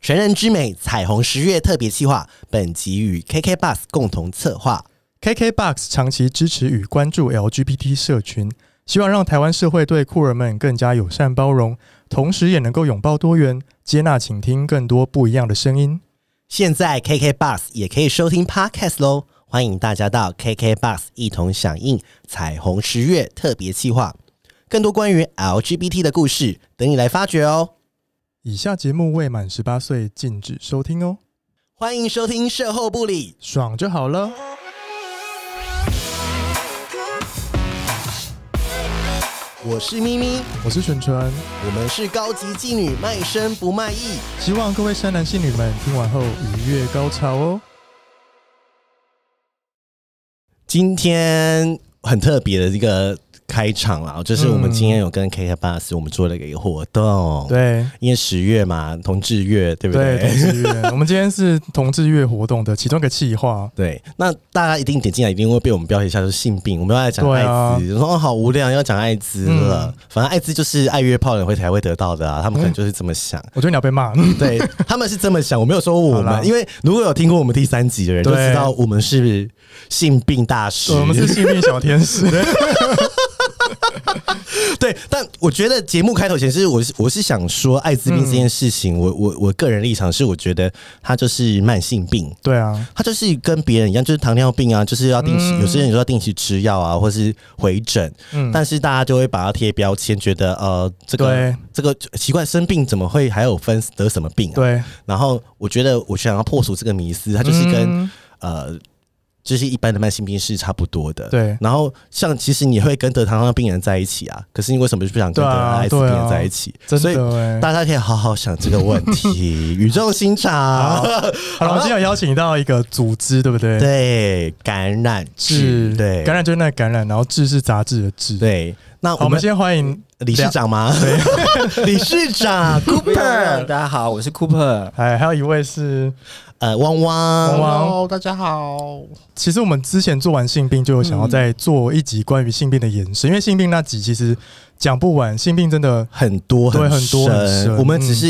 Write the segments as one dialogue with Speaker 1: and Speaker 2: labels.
Speaker 1: 全人之美彩虹十月特别企划，本集与 KK Bus 共同策划。
Speaker 2: KKBOX 长期支持与关注 LGBT 社群，希望让台湾社会对酷儿们更加友善包容，同时也能够拥抱多元，接纳倾听更多不一样的声音。
Speaker 1: 现在 KK Bus 也可以收听 Podcast 喽，欢迎大家到 KK Bus 一同响应彩虹十月特别企划，更多关于 LGBT 的故事等你来发掘哦。
Speaker 2: 以下节目未满十八岁禁止收听哦，
Speaker 1: 欢迎收听社后不理，
Speaker 2: 爽就好了。
Speaker 1: 我是咪咪，
Speaker 2: 我是纯纯，
Speaker 1: 我们是高级妓女，卖身不卖艺。
Speaker 2: 希望各位山男信女们听完后愉悦高潮哦。
Speaker 1: 今天很特别的一个开场啦，就是我们今天有跟 KK Bus 我们做了一个活动，，
Speaker 2: 对
Speaker 1: 因为十月嘛，同志月，对不
Speaker 2: 对，同
Speaker 1: 对
Speaker 2: 志月，我们今天是同志月活动的其中一个企划。
Speaker 1: 对，那大家一定点进来，一定会被我们标题下就是性病。我们要来讲
Speaker 2: 对
Speaker 1: 艾
Speaker 2: 啊
Speaker 1: 滋，说、哦好无聊，要讲艾滋了。
Speaker 2: 嗯
Speaker 1: 反正艾滋就是爱约炮的人会才会得到的啊，他们可能就是这么想。
Speaker 2: 我觉得你要被骂，
Speaker 1: 对他们是这么想，我没有说我
Speaker 2: 好啦
Speaker 1: 们，因为如果有听过我们第三集的人就
Speaker 2: 对
Speaker 1: 知道我们是性病大师，
Speaker 2: 我们是幸运小天使。
Speaker 1: 对，但我觉得节目开头前是我是我是想说艾滋病这件事情，我我我个人立场是，我觉得它就是慢性病。
Speaker 2: 对啊，
Speaker 1: 它就是跟别人一样，就是糖尿病啊，就是要定期，
Speaker 2: 嗯
Speaker 1: 有些人就要定期吃药啊，或是回诊，
Speaker 2: 嗯，
Speaker 1: 但是大家就会把它贴标签，觉得呃，这个
Speaker 2: 对
Speaker 1: 这个奇怪，生病怎么会还有分得什么病啊？
Speaker 2: 对，
Speaker 1: 然后我觉得我想要破除这个迷思，它就是跟、
Speaker 2: 嗯
Speaker 1: 呃，就是一般的慢性病是差不多的。
Speaker 2: 对
Speaker 1: 然后像其实你会跟得糖尿病人在一起啊，可是你为什么就不想跟得
Speaker 2: 对啊
Speaker 1: 艾滋病
Speaker 2: 对
Speaker 1: 人
Speaker 2: 啊
Speaker 1: 在一起？
Speaker 2: 真
Speaker 1: 所以
Speaker 2: 的哎。
Speaker 1: 大家可以好好想这个问 题，语重心长。
Speaker 2: 好了，我们今天有邀请到一个组织，对不对？，
Speaker 1: 对，感染
Speaker 2: 志
Speaker 1: 志，对，
Speaker 2: 感染就是那个感染，然后志是杂志的志。，
Speaker 1: 对。那
Speaker 2: 好，
Speaker 1: 我
Speaker 2: 我们
Speaker 1: 们
Speaker 2: 先欢迎
Speaker 1: 理事长吗？ 理事长
Speaker 3: Cooper，
Speaker 1: Cooper，
Speaker 3: 大家好，我是 Cooper。
Speaker 2: 哎，还有一位是，
Speaker 1: 呃，汪
Speaker 2: 汪
Speaker 1: 汪
Speaker 2: 汪。
Speaker 3: Hello，大家好。
Speaker 2: 其实我们之前做完性病，就有想要再做一集关于性病的延伸，因为性病那集其实讲不完，性病真的
Speaker 1: 很多
Speaker 2: 对很多很
Speaker 1: 深
Speaker 2: 深
Speaker 1: 我们
Speaker 2: 嗯
Speaker 1: 只是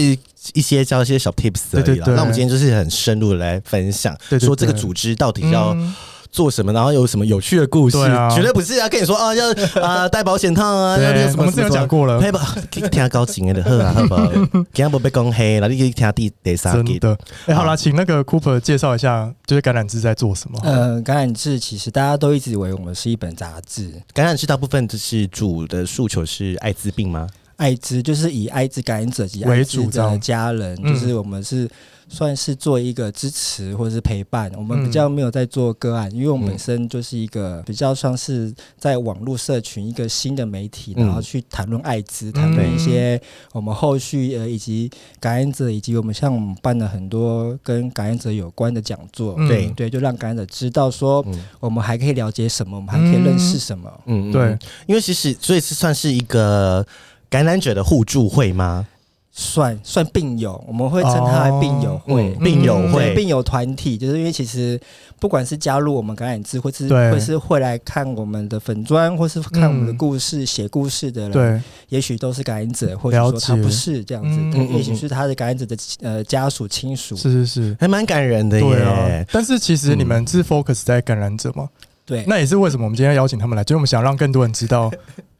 Speaker 1: 一些教一些小 tips 而
Speaker 2: 对
Speaker 1: 已
Speaker 2: 对
Speaker 1: 啦。
Speaker 2: 对
Speaker 1: 那我们今天就是很深入的来分享，
Speaker 2: 对对
Speaker 1: 说这个
Speaker 2: 对
Speaker 1: 组织到底要
Speaker 2: 嗯
Speaker 1: 做什么，然后有什么有趣的故事
Speaker 2: 对啊，
Speaker 1: 绝对不是啊跟你说啊要 啊戴保险套啊，要
Speaker 2: 对
Speaker 1: 要，什
Speaker 2: 我
Speaker 1: 么
Speaker 2: 们之
Speaker 1: 什么
Speaker 2: 前有
Speaker 1: 什么
Speaker 2: 讲。过了，
Speaker 1: 配吧， 听高情的就好啊，好不 好？今天不被讲黑了，你去听第第三
Speaker 2: 真
Speaker 1: 集。
Speaker 2: 的。哎，好了，嗯请那个 Cooper 介绍一下，就是感染志在做什么。
Speaker 3: 呃，感染志其实大家都一直以为我们是一本杂志，
Speaker 1: 感染是大部分就是主的诉求是艾滋病吗？
Speaker 3: 艾滋就是以艾滋感染者及艾滋
Speaker 2: 为主这
Speaker 3: 者的
Speaker 2: 样
Speaker 3: 家人，
Speaker 2: 嗯
Speaker 3: 就是我们是算是做一个支持或者是陪伴。我
Speaker 2: 嗯
Speaker 3: 们比较没有在做个案，因为我们
Speaker 1: 嗯
Speaker 3: 本身就是一个比较像是在网络社群一个新的媒体，
Speaker 1: 嗯
Speaker 3: 然后去谈论艾滋，谈论一
Speaker 2: 嗯
Speaker 3: 些我们后续呃以及感染者以及我们像我们办了很多跟感染者有关的讲座，
Speaker 2: 嗯
Speaker 1: 对
Speaker 3: 对，就让感染者知道说
Speaker 1: 嗯
Speaker 3: 我们还可以了解什么，我们还可以认识什么。
Speaker 1: 嗯，嗯
Speaker 2: 对，
Speaker 1: 因为其实所以是算是一个感染者的互助会吗？
Speaker 3: 算算病友，我们会称它为病友会。
Speaker 1: 嗯病友
Speaker 3: 对
Speaker 1: 会，
Speaker 3: 病友团体，就是因为其实不管是加入我们感染志，或是
Speaker 2: 对
Speaker 3: 或是会来看我们的粉砖，或是看我们的
Speaker 2: 嗯
Speaker 3: 故事、写、故事的人，，
Speaker 2: 对，
Speaker 3: 也许都是感染者，或者
Speaker 2: 了
Speaker 3: 说他
Speaker 2: 解
Speaker 3: 不是这样子，
Speaker 2: 嗯
Speaker 3: 对
Speaker 1: 嗯嗯
Speaker 3: 也许是他的感染者的呃家属亲属，
Speaker 2: 是是是。
Speaker 1: 还蛮感人的
Speaker 2: 对嗯啊
Speaker 1: 耶。，
Speaker 2: 但是其实你们是 focus 在感染者嘛？
Speaker 3: 对，
Speaker 2: 那也是为什么我们今天要邀请他们来，就是我们想让更多人知道，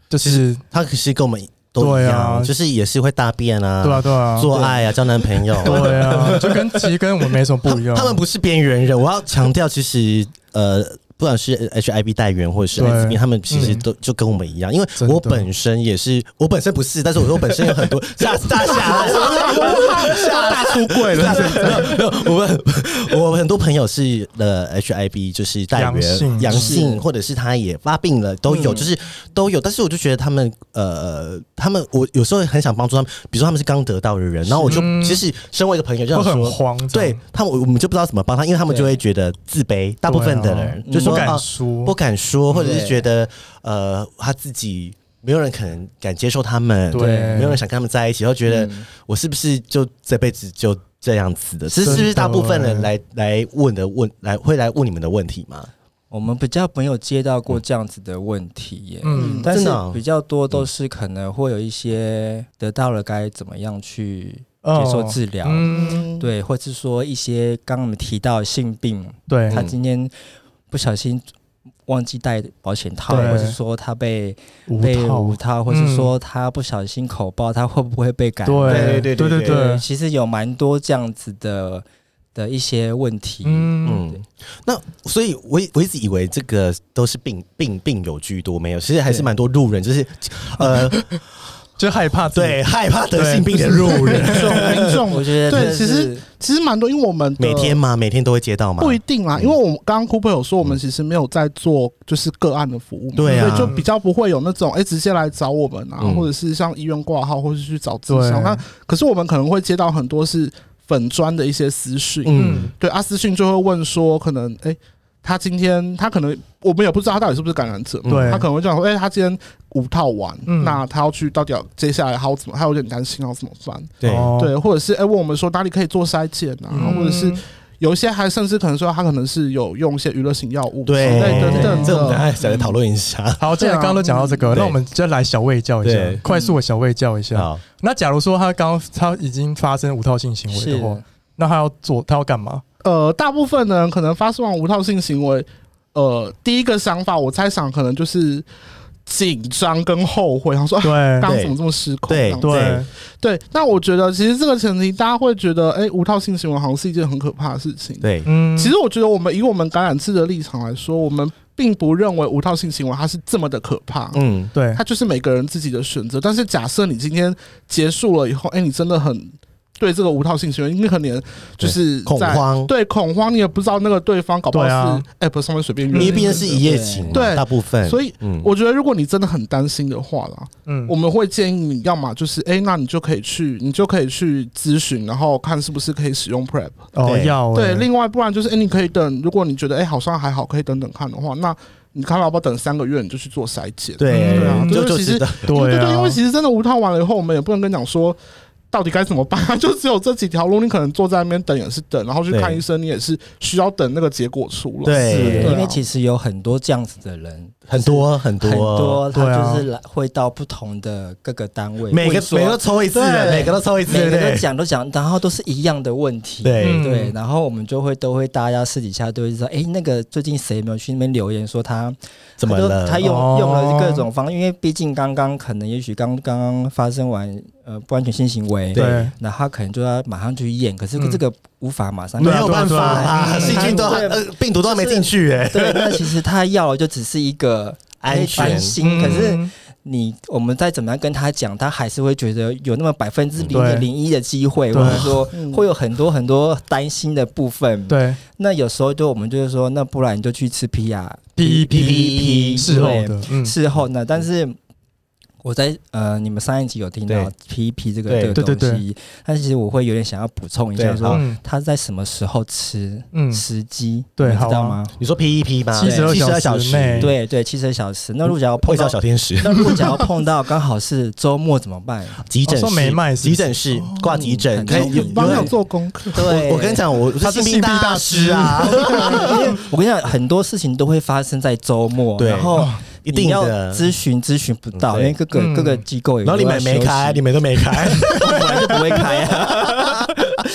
Speaker 2: 就是
Speaker 1: 他可是跟我们都一
Speaker 2: 对
Speaker 1: 样
Speaker 2: 啊，
Speaker 1: 就是也是会大便啊，
Speaker 2: 对啊对啊，
Speaker 1: 做爱啊，交男朋友啊。
Speaker 2: 对啊，就跟其实跟我们没什么不一样。
Speaker 1: 他们不是边缘人，我要强调，其实呃，不管是 HIV 代源或者是
Speaker 2: 对嗯
Speaker 1: 艾滋病，他们其实都就跟我们一样，因为
Speaker 2: 真的
Speaker 1: 我本身也是，我本身不是，但是我说我本身有很多 大大侠，吓大出柜了，没有，没有我们我很多朋友是呃 HIV 就是代
Speaker 2: 阳性
Speaker 1: 源阳性，
Speaker 3: 是
Speaker 1: 或者是他也发病了，都有，
Speaker 2: 嗯
Speaker 1: 就是都有，但是我就觉得他们呃，他们我有时候很想帮助他们，比如说他们是刚得到的人，然后我就
Speaker 2: 嗯
Speaker 1: 其实身为一个朋友就
Speaker 2: 会
Speaker 1: 想
Speaker 2: 很
Speaker 1: 说。
Speaker 2: 慌，
Speaker 1: 对他们，我们就不知道怎么帮他，因为他们就会觉得自卑。大部分的人、
Speaker 3: 对啊
Speaker 1: 就
Speaker 2: 这样，不
Speaker 1: 说啊
Speaker 2: 敢说，
Speaker 1: 不敢说，或者是
Speaker 3: 对
Speaker 1: 觉得呃他自己没有人可能敢接受他们，
Speaker 2: 对
Speaker 1: 没有人想跟他们在一起，然后觉得
Speaker 3: 嗯
Speaker 1: 我是不是就这辈子就这样子的？是
Speaker 2: 真
Speaker 1: 是
Speaker 2: 的
Speaker 1: 不是大部分人来来问的问来会来问你们的问题吗？
Speaker 3: 我们比较没有接到过这样子的问题耶。
Speaker 2: 嗯，
Speaker 3: 但
Speaker 1: 真
Speaker 3: 是
Speaker 1: 的哦
Speaker 3: 比较多都是可能会有一些得到了该怎么样去
Speaker 2: 哦
Speaker 3: 接受治
Speaker 1: 啊
Speaker 3: 疗，
Speaker 2: 嗯，
Speaker 3: 对，或是说一些刚刚我们提到性病，
Speaker 2: 对，
Speaker 3: 他今天不小心忘记带保险套，
Speaker 2: 对
Speaker 3: 或是说他被
Speaker 2: 无
Speaker 3: 被
Speaker 2: 套
Speaker 3: 无套，或是说他不小心口爆，他会不会被感染？
Speaker 2: 对
Speaker 1: 对对
Speaker 2: 对
Speaker 1: 对对
Speaker 2: 对，
Speaker 3: 其实有蛮多这样子的的一些问题。
Speaker 2: 嗯，
Speaker 1: 嗯，那所以我我一直以为这个都是病病病友居多，没有，其实还是
Speaker 3: 对
Speaker 1: 蛮多路人，就是呃，
Speaker 2: 就害怕自己
Speaker 1: 对，害怕得性病的路人，
Speaker 4: 民众民
Speaker 3: 我
Speaker 4: 众
Speaker 3: 觉得
Speaker 4: 对
Speaker 3: 这是
Speaker 4: 其实其实蛮多，因为我们的
Speaker 1: 每天吗？每天都会接到吗？
Speaker 4: 不一定啦，
Speaker 1: 嗯
Speaker 4: 因为我们刚刚 Cooper 有说，我们其实没有在做就是个案的服务嘛，
Speaker 1: 对啊
Speaker 4: 所以就比较不会有那种哎、诶直接来找我们啊，
Speaker 1: 嗯
Speaker 4: 或者是像医院挂号，或是去找智
Speaker 2: 对
Speaker 4: 商。那可是我们可能会接到很多是粉砖的一些私讯，
Speaker 1: 嗯，
Speaker 4: 对啊，私讯就会问说，可能哎、诶他今天他可能我们也不知道他到底是不是感染者嘛，
Speaker 2: 对
Speaker 4: 他可能会这样说，哎、他今天五套完，
Speaker 2: 嗯
Speaker 4: 那他要去到底要接下来还要怎么，他有点担心要怎么办，
Speaker 1: 对，
Speaker 2: 哦
Speaker 4: 对，或者是哎、诶问我们说哪里可以做筛检啊，
Speaker 2: 嗯
Speaker 4: 或者是。有一些还甚至可能说他可能是有用一些娱乐型药物
Speaker 1: 对
Speaker 4: 之类等等
Speaker 2: 嗯
Speaker 1: 这我们等
Speaker 4: 的。
Speaker 1: 下再来讨论一下。
Speaker 2: 好，既然
Speaker 4: 对啊
Speaker 2: 刚刚都讲到这个，
Speaker 1: 嗯
Speaker 2: 那我们就来小卫教一
Speaker 1: 对
Speaker 2: 下，快速的小卫教一下。
Speaker 1: 好，
Speaker 2: 那假如说他刚他已经发生无套性行为
Speaker 3: 是
Speaker 2: 的话，那他要做他要干嘛？
Speaker 4: 呃，大部分人可能发生完无套性行为，呃，第一个想法我猜想可能就是紧张跟后悔，想说啊，
Speaker 2: 对
Speaker 4: 刚刚怎么这么失控？
Speaker 1: 对
Speaker 4: 这样子
Speaker 2: 对，
Speaker 4: 对。那我觉得其实这个前提，大家会觉得，哎、无套性行为好像是一件很可怕的事情。
Speaker 1: 对，
Speaker 2: 嗯
Speaker 4: 其实我觉得，我们以我们感染治的立场来说，我们并不认为无套性行为它是这么的可怕。
Speaker 1: 嗯，
Speaker 2: 对
Speaker 4: 它就是每个人自己的选择。但是假设你今天结束了以后，哎、你真的很对这个无套性行为，你可能就是
Speaker 1: 恐
Speaker 4: 在，
Speaker 1: 慌，
Speaker 4: 对恐慌，你也不知道那个对方搞不好
Speaker 2: 对啊
Speaker 4: 是 app 上面随便约
Speaker 1: 因
Speaker 4: 你
Speaker 1: 为
Speaker 4: 的。
Speaker 1: 毕竟是一夜情嘛，
Speaker 4: 对
Speaker 1: 大部分，
Speaker 4: 所以
Speaker 1: 嗯，
Speaker 4: 我觉得，如果你真的很担心的话啦，
Speaker 2: 嗯
Speaker 4: 我们会建议你要么就是，哎、那你就可以去，你就可以去咨询，然后看是不是可以使用 prep。
Speaker 2: 哦
Speaker 1: 对
Speaker 2: 要
Speaker 4: 对，
Speaker 2: 欸
Speaker 4: 另外不然就是，哎、你可以等，如果你觉得，哎、好像还好，可以等等看的话，那你看要不要等三个月，你就去做筛检。
Speaker 1: 对
Speaker 2: 嗯对啊，
Speaker 1: 就就
Speaker 4: 就是其
Speaker 1: 知
Speaker 4: 实
Speaker 1: 道，
Speaker 4: 对
Speaker 2: 对
Speaker 4: 对，
Speaker 2: 啊，
Speaker 4: 因为其实真的无套完了以后，我们也不能跟你讲说到底该怎么办， 就只有这几条路，你可能坐在那边等也是等，然后去
Speaker 1: 对
Speaker 4: 看医生，你也是需要等那个结果出来。
Speaker 1: 对
Speaker 3: 是
Speaker 4: 对啊
Speaker 3: 因为其实有很多这样子的人，
Speaker 1: 很多很
Speaker 3: 很
Speaker 1: 多，
Speaker 3: 多，
Speaker 2: 对啊
Speaker 3: 他就是来会到不同的各个单位，
Speaker 1: 每个
Speaker 3: 问说
Speaker 1: 每个都抽一次的，
Speaker 3: 对
Speaker 1: 每个都抽一次，
Speaker 3: 每
Speaker 1: 对不
Speaker 3: 个
Speaker 1: 对
Speaker 3: 都？讲都讲，然后都是一样的问题。
Speaker 1: 对
Speaker 2: 嗯
Speaker 3: 对，然后我们就会都会大家私底下都会说，哎，那个最近谁有没有去那边留言说他
Speaker 1: 怎么
Speaker 3: 他都
Speaker 1: 了？
Speaker 3: 他用
Speaker 2: 哦
Speaker 3: 用了各种方法，因为毕竟刚刚可能也许刚刚刚发生完呃不安全性行为，
Speaker 2: 对
Speaker 3: 那他可能就要马上去验，可是
Speaker 2: 嗯
Speaker 3: 这个无法马上
Speaker 1: 没
Speaker 2: 对啊
Speaker 1: 有办法啊，
Speaker 3: 对啊
Speaker 1: 细菌都还
Speaker 3: 对
Speaker 1: 呃病毒都还没进去哎，
Speaker 3: 对，那其实他要的就只是一个
Speaker 1: 安全
Speaker 3: 安心，可是
Speaker 2: 嗯
Speaker 3: 你我们再怎么样跟他讲，他还是会觉得有那么百分之零
Speaker 2: 对
Speaker 3: 点零一的机会，
Speaker 2: 对
Speaker 3: 或者说
Speaker 4: 嗯
Speaker 3: 会有很多很多担心的部分。，
Speaker 2: 对
Speaker 3: 那有时候就我们就是说，那不然你就去吃 PR，
Speaker 2: 第一
Speaker 1: 第一
Speaker 2: 批事后的，嗯，
Speaker 3: 事后呢，但是。我在呃，你们上一集有听到
Speaker 1: 对
Speaker 3: PP 这个
Speaker 1: 对
Speaker 3: 这个
Speaker 2: 对对
Speaker 3: 东西，但其实我会有点想要补充一下
Speaker 1: 对
Speaker 3: 说，
Speaker 2: 嗯
Speaker 3: 他在什么时候吃，
Speaker 2: 嗯
Speaker 3: 时机，
Speaker 2: 对
Speaker 3: 你们
Speaker 2: 好啊
Speaker 3: 知道吗？
Speaker 1: 你说 P 一 P 吗？啊
Speaker 2: 72
Speaker 1: 对72
Speaker 2: 小
Speaker 1: 时
Speaker 2: 时内
Speaker 3: 对对，七十小时。那如果要碰
Speaker 1: 会
Speaker 3: 到
Speaker 1: 叫小天使，
Speaker 3: 那如果只要碰到刚好是周末怎 么办？
Speaker 1: 哦急诊
Speaker 2: 哦说
Speaker 1: 室
Speaker 2: 没卖是不是
Speaker 1: 急诊室挂急诊，
Speaker 3: 嗯
Speaker 1: 可以
Speaker 3: 很
Speaker 1: 有
Speaker 3: 重
Speaker 4: 帮你有
Speaker 1: 有。
Speaker 4: 做功课。
Speaker 3: 对
Speaker 1: 我跟你，讲，我
Speaker 2: 他是
Speaker 1: 性
Speaker 2: 性病
Speaker 1: 大
Speaker 2: 大
Speaker 1: 师
Speaker 2: 师
Speaker 1: 啊，
Speaker 3: 我跟你讲，很多事情都会发生在周末，
Speaker 1: 对
Speaker 3: 然后
Speaker 1: 一
Speaker 3: 你
Speaker 1: 定
Speaker 3: 要
Speaker 1: 的。
Speaker 3: 咨询咨询不到，
Speaker 1: 对
Speaker 3: 因为各个
Speaker 2: 嗯
Speaker 3: 各个机构也
Speaker 1: 然后你们没开，你们都没开，
Speaker 3: 们就不会开 啊。